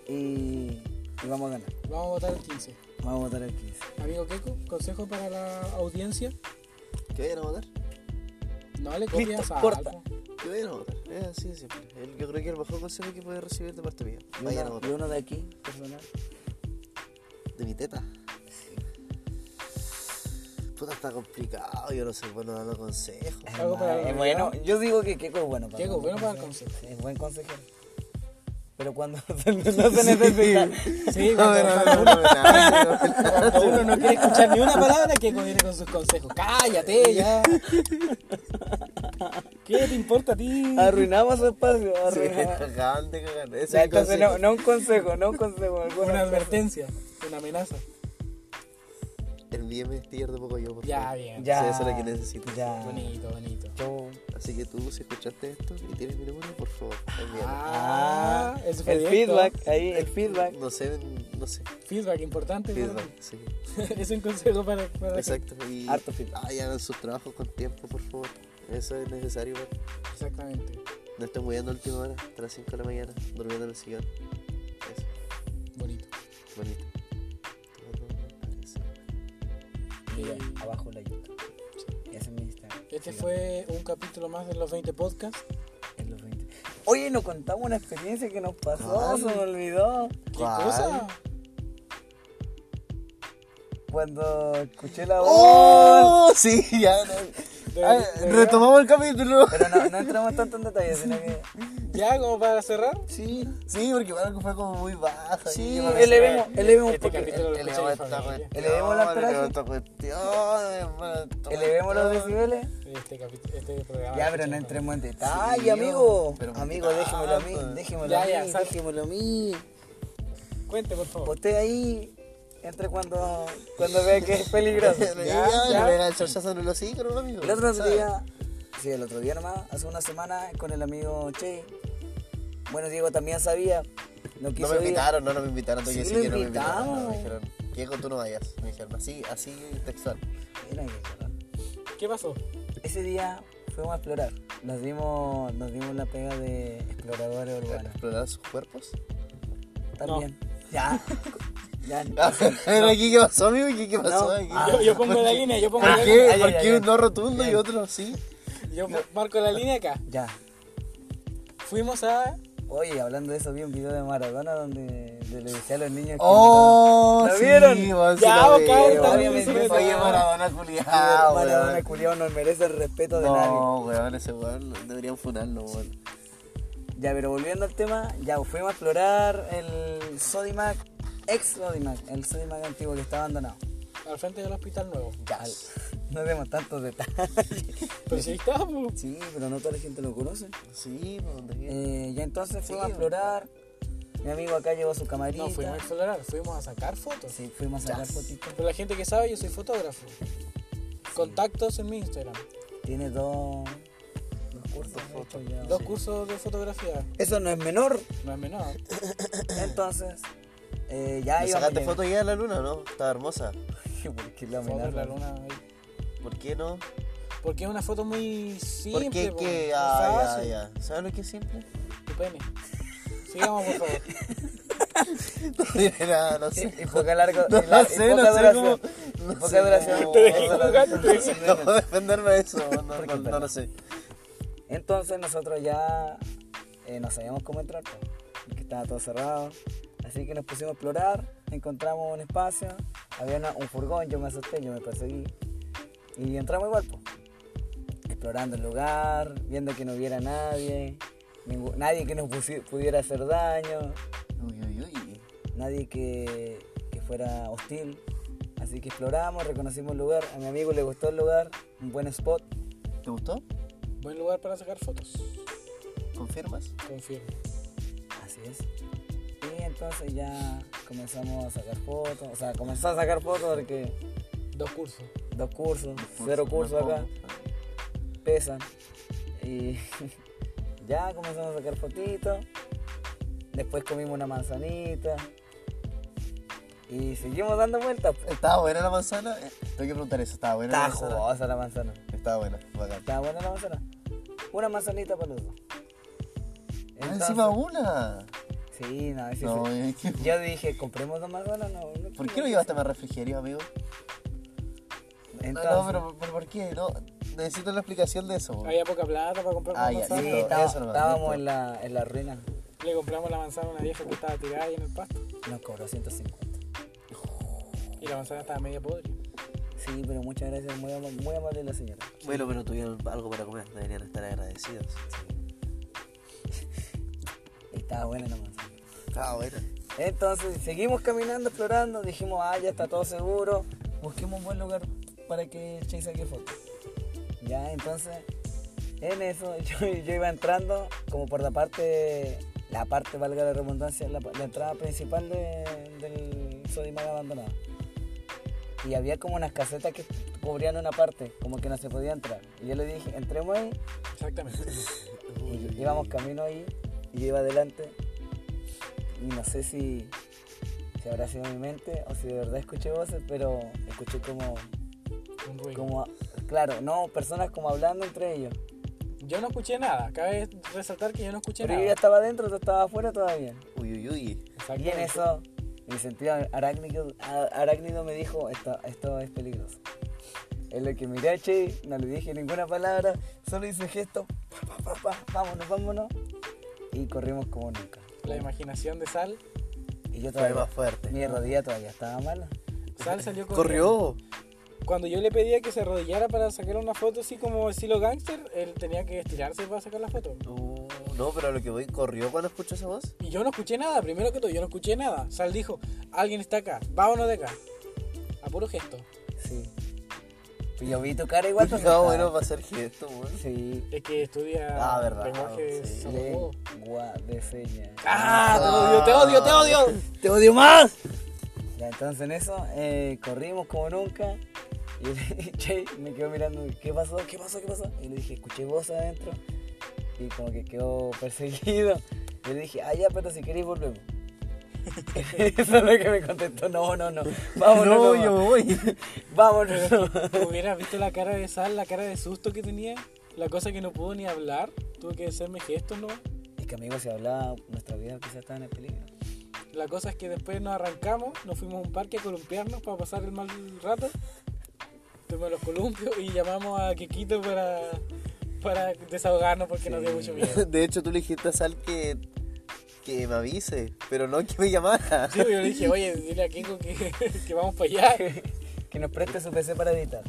S4: Y, y vamos a ganar.
S3: Vamos a votar el 15.
S4: Vamos a votar el 15.
S3: Amigo Keiko, consejo para la audiencia.
S2: ¿Qué vayan a votar?
S3: No le copias a
S4: corta.
S3: algo.
S2: Que vayan a votar. Es así de simple. El- Yo creo que el mejor consejo que puede recibir de parte mía.
S4: Y
S2: Vayan a
S4: uno, y
S2: votar.
S4: uno de aquí, personal.
S2: De mi teta. Puta, está complicado. Yo no soy bueno dando consejos.
S3: Algo para la
S4: Es bueno, yo digo que Keiko es bueno para
S3: Keiko es bueno para el
S4: Es buen consejero. Pero cuando no se necesita.
S3: Sí,
S2: No,
S3: cuando-
S2: no, no, no, no, no, no.
S3: cuando uno no quiere escuchar ni una palabra, Keiko viene con sus consejos. ¡Cállate ya! ¿Qué te importa a ti?
S4: Ah, Arruinamos su espacio.
S2: Sí,
S4: Arruinamos.
S2: acaban de cagar. Ese es
S4: Ya,
S2: mi
S4: entonces,
S2: consejo.
S4: no, no un consejo, no un consejo. alguna
S3: Una
S4: cosa.
S3: advertencia, una amenaza.
S2: Envíame sticker de poco yo, por
S3: Ya,
S2: favor.
S3: bien.
S4: Ya.
S2: Sí, eso es lo que necesito.
S4: Ya.
S3: Bonito, bonito.
S4: Yo-
S2: Así que tú, si escuchaste esto y tienes mi número, por favor, envíame.
S3: Ah, eso fue
S4: el
S3: directo.
S4: feedback, ahí, el feedback.
S2: No sé, no sé.
S3: Feedback, importante.
S2: Feedback, sí.
S3: importante. es un consejo para, para la gente.
S2: Exacto. Y
S4: Harto feedback.
S2: ah, y hagan sus trabajos con tiempo, por favor. Eso es necesario, man.
S3: Exactamente.
S2: No estén moviendo a última hora, hasta las 5 de la mañana, durmiendo en el sillón. Eso,
S3: Bonito.
S2: bonito. Todo me parece.
S4: Y
S3: Eh,
S4: abajo la yuca. Ese es mi Instagram.
S3: Este
S4: Síganme
S3: fue un capítulo más de los 20 podcasts.
S4: en los Ah, 20. Oye, nos contamos una experiencia que nos pasó,
S2: ¿Cuál?
S4: se me olvidó.
S3: ¿Qué
S2: ¿Cuál?
S3: cosa?
S4: Ah, Cuando escuché la voz.
S2: ¡Oh! Sí, ya. no. Ah, Retomamos el capítulo.
S4: Pero no, no entramos tanto en detalle, sino que.
S3: Ya, como para cerrar.
S2: Sí, sí, porque bueno, fue como muy baja.
S4: Sí,
S2: y yo me-
S4: elevemos, elevemos un
S3: Este
S4: poquito.
S3: capítulo lo escucha mi familia.
S4: Elevemos la
S2: esta cuestión.
S4: Elevemos los decibeles.
S3: Este, capi- este programa.
S4: Ya, pero
S3: escucha
S4: no
S3: mi
S4: entremos en detalle,
S2: Sí,
S4: amigo. pues.
S2: pero-
S4: Amigo, déjemelo a mí,
S2: Ah,
S4: déjemelo
S3: Ya,
S4: a mí,
S3: ya, sal-
S4: déjemelo a mí.
S3: familia. Cuente, por favor.
S4: Usted ahí entre cuando, cuando vea que es peligroso.
S2: Ya,
S4: Ya, ya.
S2: ya. El chorchazo en los hijos, amigo.
S4: El otro
S2: ¿sabes?
S4: día, sí, el otro día nomás, hace una semana con el amigo Che. Bueno, Diego también sabía, no
S2: No
S4: quiso
S2: me
S4: ir.
S2: invitaron, no, no me invitaron. tengo
S4: Sí,
S2: que decir
S4: lo
S2: que no me invitaron. no,
S4: invitamos.
S2: Me dijeron, Diego, tú no vayas. Me dijeron, así, así textual.
S4: Mira qué cabrón.
S3: ¿Qué pasó?
S4: Ese día fuimos a explorar. Nos dimos, nos dimos la pega de exploradores urbanos.
S2: Explorar sus cuerpos.
S4: También. Ya. Ya.
S2: A ver, aquí qué pasó, amigo, aquí qué pasó.
S4: No.
S2: aquí.
S3: Ah, Yo, yo pongo la línea, yo pongo
S2: ¿Por
S3: la línea.
S2: qué?
S4: ay,
S2: ¿Por
S4: ay,
S2: qué
S4: ay.
S2: uno rotundo y otro así?
S3: Yo marco la línea acá.
S4: Ya.
S3: Fuimos a.
S4: Oye, hablando de eso, vi un video de Maradona donde le decía a los niños que.
S2: ¡Oh!
S4: ¿Lo
S2: sí,
S4: vieron?
S2: vos, sí
S3: Ya,
S2: lo
S3: vos, cabrón,
S2: vieron.
S4: también me sirve
S2: Oye,
S4: nada.
S2: Maradona,
S4: Maradona,
S2: culiado.
S4: Maradona culiao, no merece el respeto de nadie.
S2: ah, No, weón, ese weón deberían funarlo, weón.
S4: Ya, pero volviendo al tema, ya fuimos a explorar el Sodimac, ex Sodimac, el Sodimac antiguo que está abandonado.
S3: Al frente del hospital nuevo.
S4: Ya, no vemos tantos detalles.
S3: Pero sí está, pues. po.
S4: Sí, pero no toda la gente lo conoce.
S2: Sí, por donde quiera.
S4: Eh, ya entonces fuimos a explorar. Mi amigo acá llevó su camarita.
S3: No fuimos a explorar, fuimos a sacar fotos.
S4: Sí, fuimos a sacar fotitos.
S3: Pero la gente que sabe, yo soy fotógrafo. Contactos en mi Instagram.
S4: Tiene dos, dos cursos fotos
S2: Ah,
S4: ya.
S3: Dos cursos de fotografía.
S4: Eso no es menor.
S3: No es menor.
S4: Entonces, eh, ya íbamos
S2: ¿Le sacaste
S4: llegando.
S2: foto ya de la luna, no? Estaba hermosa.
S4: ¿Por qué la
S3: Fotos de la
S4: amenaza?
S3: luna. ahí.
S2: ¿Por qué no?
S3: Porque es una foto muy simple.
S2: ¿Por qué
S3: po,
S2: que.?
S3: muy
S2: Ah,
S3: fácil.
S2: ya, ya. ¿Sabes lo que es simple?
S3: Tu pene. Sigamos, por favor.
S2: Mira, no sé.
S4: Y poca largo,
S2: No
S4: y la- y
S2: sé, no
S4: poca
S2: sé
S4: duración.
S2: cómo. No
S4: Poca
S2: sé
S4: duración.
S2: cómo-
S4: Te dejé jugando.
S2: No sé cómo defenderme de eso. No, no,
S4: Porque,
S2: no lo sé.
S4: Entonces nosotros ya eh, no sabíamos cómo entrar, po, porque estaba todo cerrado. Así que nos pusimos a explorar, encontramos un espacio, había una- un furgón, yo me asusté, yo me perseguí. Y entramos igual, po, explorando el lugar, viendo que no hubiera nadie, ningú- nadie que nos pusi- pudiera hacer daño,
S2: Uy, uy, uy.
S4: nadie que, que fuera hostil. Así que exploramos, reconocimos el lugar. A mi amigo le gustó el lugar, un buen spot.
S2: ¿Te gustó?
S3: Buen lugar para sacar fotos.
S2: ¿Confirmas?
S3: Confirmo.
S4: Así es. Y entonces ya comenzamos a sacar fotos. O sea, comenzó a sacar fotos porque
S3: Dos cursos.
S4: dos cursos, cero cursos
S2: No,
S4: acá, pesan. Y ya comenzamos a sacar fotitos. Después comimos una manzanita. Y seguimos dando vueltas. po.
S2: ¿Estaba buena la manzana? Eh, Tengo que preguntar eso. ¿Estaba buena
S4: Está
S2: la manzana?
S4: jugosa la manzana.
S2: Estaba buena, bacán.
S4: Está buena la manzana. Una manzanita para los dos.
S2: Ah,
S4: Entonces-
S2: encima una.
S4: Sí, no, sí,
S2: No,
S4: sí.
S2: es que-
S4: Yo dije, compremos dos manzanas, no. no
S2: ¿Por qué
S4: quiero.
S2: no llevaste más refrigerio, amigo?
S4: Entonces,
S2: no, no, pero, pero ¿por qué? No, necesito la explicación de eso.
S3: Había poca plata para comprar
S2: Oh. Ah,
S3: una
S2: ya,
S3: manzana.
S4: sí,
S2: listo,
S4: estaba-
S2: eso nomás,
S4: estábamos
S2: listo.
S4: en la, en la ruina.
S3: Le compramos la manzana a una vieja que estaba tirada ahí en el pasto.
S4: Nos cobró 150.
S3: Y la manzana estaba media podrida.
S4: Sí, pero muchas gracias, muy, ama- muy amable la señora.
S2: Bueno, pero tuvieron algo para comer, deberían estar agradecidos.
S4: Estaba buena la manzana.
S2: Estaba buena.
S4: Entonces, seguimos caminando, explorando. Dijimos, ah, ya está todo seguro. Busquemos un buen lugar para que Chase saque fotos. Ya, entonces, en eso yo, yo iba entrando como por la parte, la parte, valga la redundancia, la, la entrada principal de- del Sodimac abandonado. Y había como unas casetas que cubrían una parte, como que no se podía entrar. Y yo le dije, entremos ahí.
S3: Exactamente.
S4: Y íbamos camino ahí y yo iba adelante y no sé si, si habrá sido mi mente o si de verdad escuché voces, pero escuché como,
S3: Un ruido.
S4: como claro, no, personas como hablando entre ellos.
S3: Yo no escuché nada. Cabe resaltar que yo no escuché
S4: Pero yo ya
S3: nada.
S4: estaba adentro, tú estabas afuera todavía.
S2: Uy, uy, uy.
S4: Y en
S3: Exactamente.
S4: eso mi sentido arácnido, a- arácnido me dijo, esto, esto es peligroso. En lo que miré a Che, no le dije ninguna palabra, solo hice gesto, pa, pa, pa, pa, vámonos, vámonos. Y corrimos como nunca.
S3: La imaginación de Sal.
S4: Y yo
S2: Fue
S4: todavía.
S2: más fuerte.
S4: Mi rodilla todavía estaba mala.
S3: Sal salió
S2: Corrió.
S3: corriendo. Cuando yo le pedía que se arrodillara para sacar una foto así como estilo gángster, él tenía que estirarse para sacar la foto.
S2: Uh, no, pero a lo que voy, corrió cuando escuchó esa voz.
S3: Y yo no escuché nada, primero que todo, yo no escuché nada. Sal dijo, alguien está acá, vámonos de acá. A puro gesto.
S4: Sí. Pero yo vi tu cara igual.
S2: Uy,
S4: te
S2: No,
S4: asustaba.
S2: bueno, va a ser gesto, weón.
S4: Sí.
S3: Es que estudia
S2: Ah, verdad,
S3: lenguaje
S2: sí.
S3: sordomudo.
S4: Lengua de señas. Ah.
S3: ¡Ah! ¡Te odio, te odio, te odio!
S2: ¡Te odio más!
S4: Ya, entonces en eso eh, corrimos como nunca. Y Che me quedó mirando, ¿qué pasó? ¿Qué pasó? ¿Qué pasó? Y le dije, escuché voz adentro. Y como que quedó perseguido. Y le dije, ah, ya, pero si queréis volvemos. Eso es lo que me contestó, no, no, no. Vámonos.
S2: No,
S4: nomás.
S2: yo me voy.
S4: Vámonos. nomás".
S3: Hubieras visto la cara de Sal, la cara de susto que tenía, la cosa que no pudo ni hablar, tuvo que hacerme gestos, ¿no?
S4: Es que amigos, si hablaba, nuestra vida quizás estaba en el peligro.
S3: La cosa es que después nos arrancamos, nos fuimos a un parque a columpiarnos para pasar el mal rato. Tuvimos los columpios y llamamos a Kikito para, para desahogarnos porque nos dio mucho miedo.
S2: De hecho, tú le dijiste a Sal que, que me avise, pero no que me llamara.
S3: Sí, yo le dije, oye, dile a Kiko que, que vamos para allá.
S4: que nos preste su PC para editar.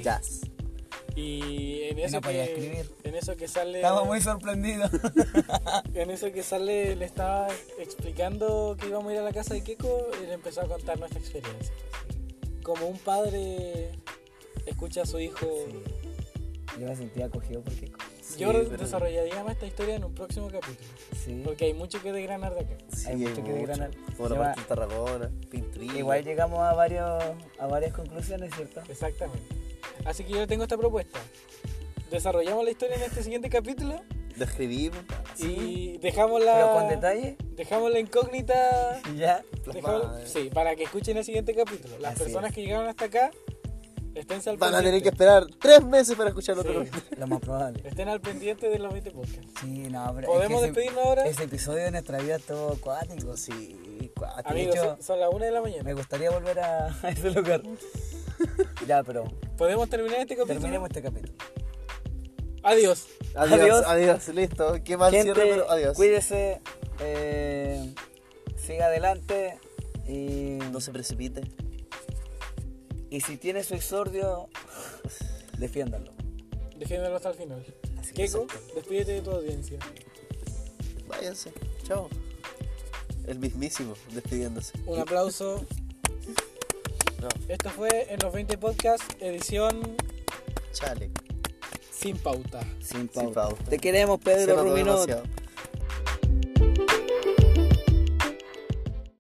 S2: Jazz.
S3: Y en eso,
S4: no podía
S3: que,
S4: escribir.
S3: en eso que sale.
S4: Estaba muy sorprendido.
S3: En eso que sale le estaba explicando que íbamos a ir a la casa de Kiko y le empezó a contar nuestra experiencia. Como un padre escucha a su hijo.
S4: Yo me sentía acogido porque.
S3: Yo
S2: Sí, pero-
S3: desarrollaría más esta historia en un próximo capítulo.
S4: Sí.
S3: Porque hay mucho que desgranar de acá.
S2: Sí,
S4: Hay mucho que desgranar.
S2: Como
S4: Se
S2: la
S4: llama-
S2: parte de Tarragona, Pinturillo.
S4: Igual llegamos a, varios, a varias conclusiones, ¿cierto?
S3: Exactamente. Así que yo tengo esta propuesta. Desarrollamos la historia en este siguiente capítulo
S2: Lo escribimos.
S3: y dejamos la.
S4: Pero con detalle,
S3: Dejamos la incógnita.
S4: ya.
S2: plasmado,
S3: dejamos-
S2: eh.
S3: sí, para que escuchen el siguiente capítulo. Las
S4: Así
S3: personas
S4: es.
S3: que llegaron hasta acá estén al
S2: Van a tener que
S3: pendiente.
S2: esperar tres meses para escuchar
S3: Sí.
S2: otro.
S4: Lo más probable.
S3: Estén al pendiente de los 20 podcasts.
S4: Sí, no, pero.
S3: ¿Podemos
S4: ese-
S3: despedirnos ahora?
S4: Ese episodio de nuestra vida estuvo acuático.
S2: Sí, cuatro.
S3: Amigos,
S4: hecho-
S3: son- son las 1 de la mañana.
S4: Me gustaría volver a, a ese lugar. ya, pero
S3: ¿Podemos terminar este capítulo?
S4: terminemos este capítulo.
S3: Adiós.
S2: Adiós,
S4: Adiós.
S2: adiós, listo. Qué mal
S4: Gente,
S2: cierre, pero adiós.
S4: cuídese, eh, siga adelante y,
S2: No se precipite.
S4: y si tiene su exordio, defiéndalo.
S3: Defiéndelo hasta el final.
S4: Así
S3: Keiko,
S4: es.
S3: despídete de tu audiencia.
S2: Váyanse. Chao. El mismísimo, despidiéndose.
S3: Un aplauso.
S2: No,
S3: Esto fue en los 20 podcasts, edición
S2: chale.
S3: sin pauta.
S4: Sin
S2: pauta.
S4: pauta. Te queremos,
S2: Se
S4: Pedro
S2: notó
S4: Rumino.
S2: demasiado.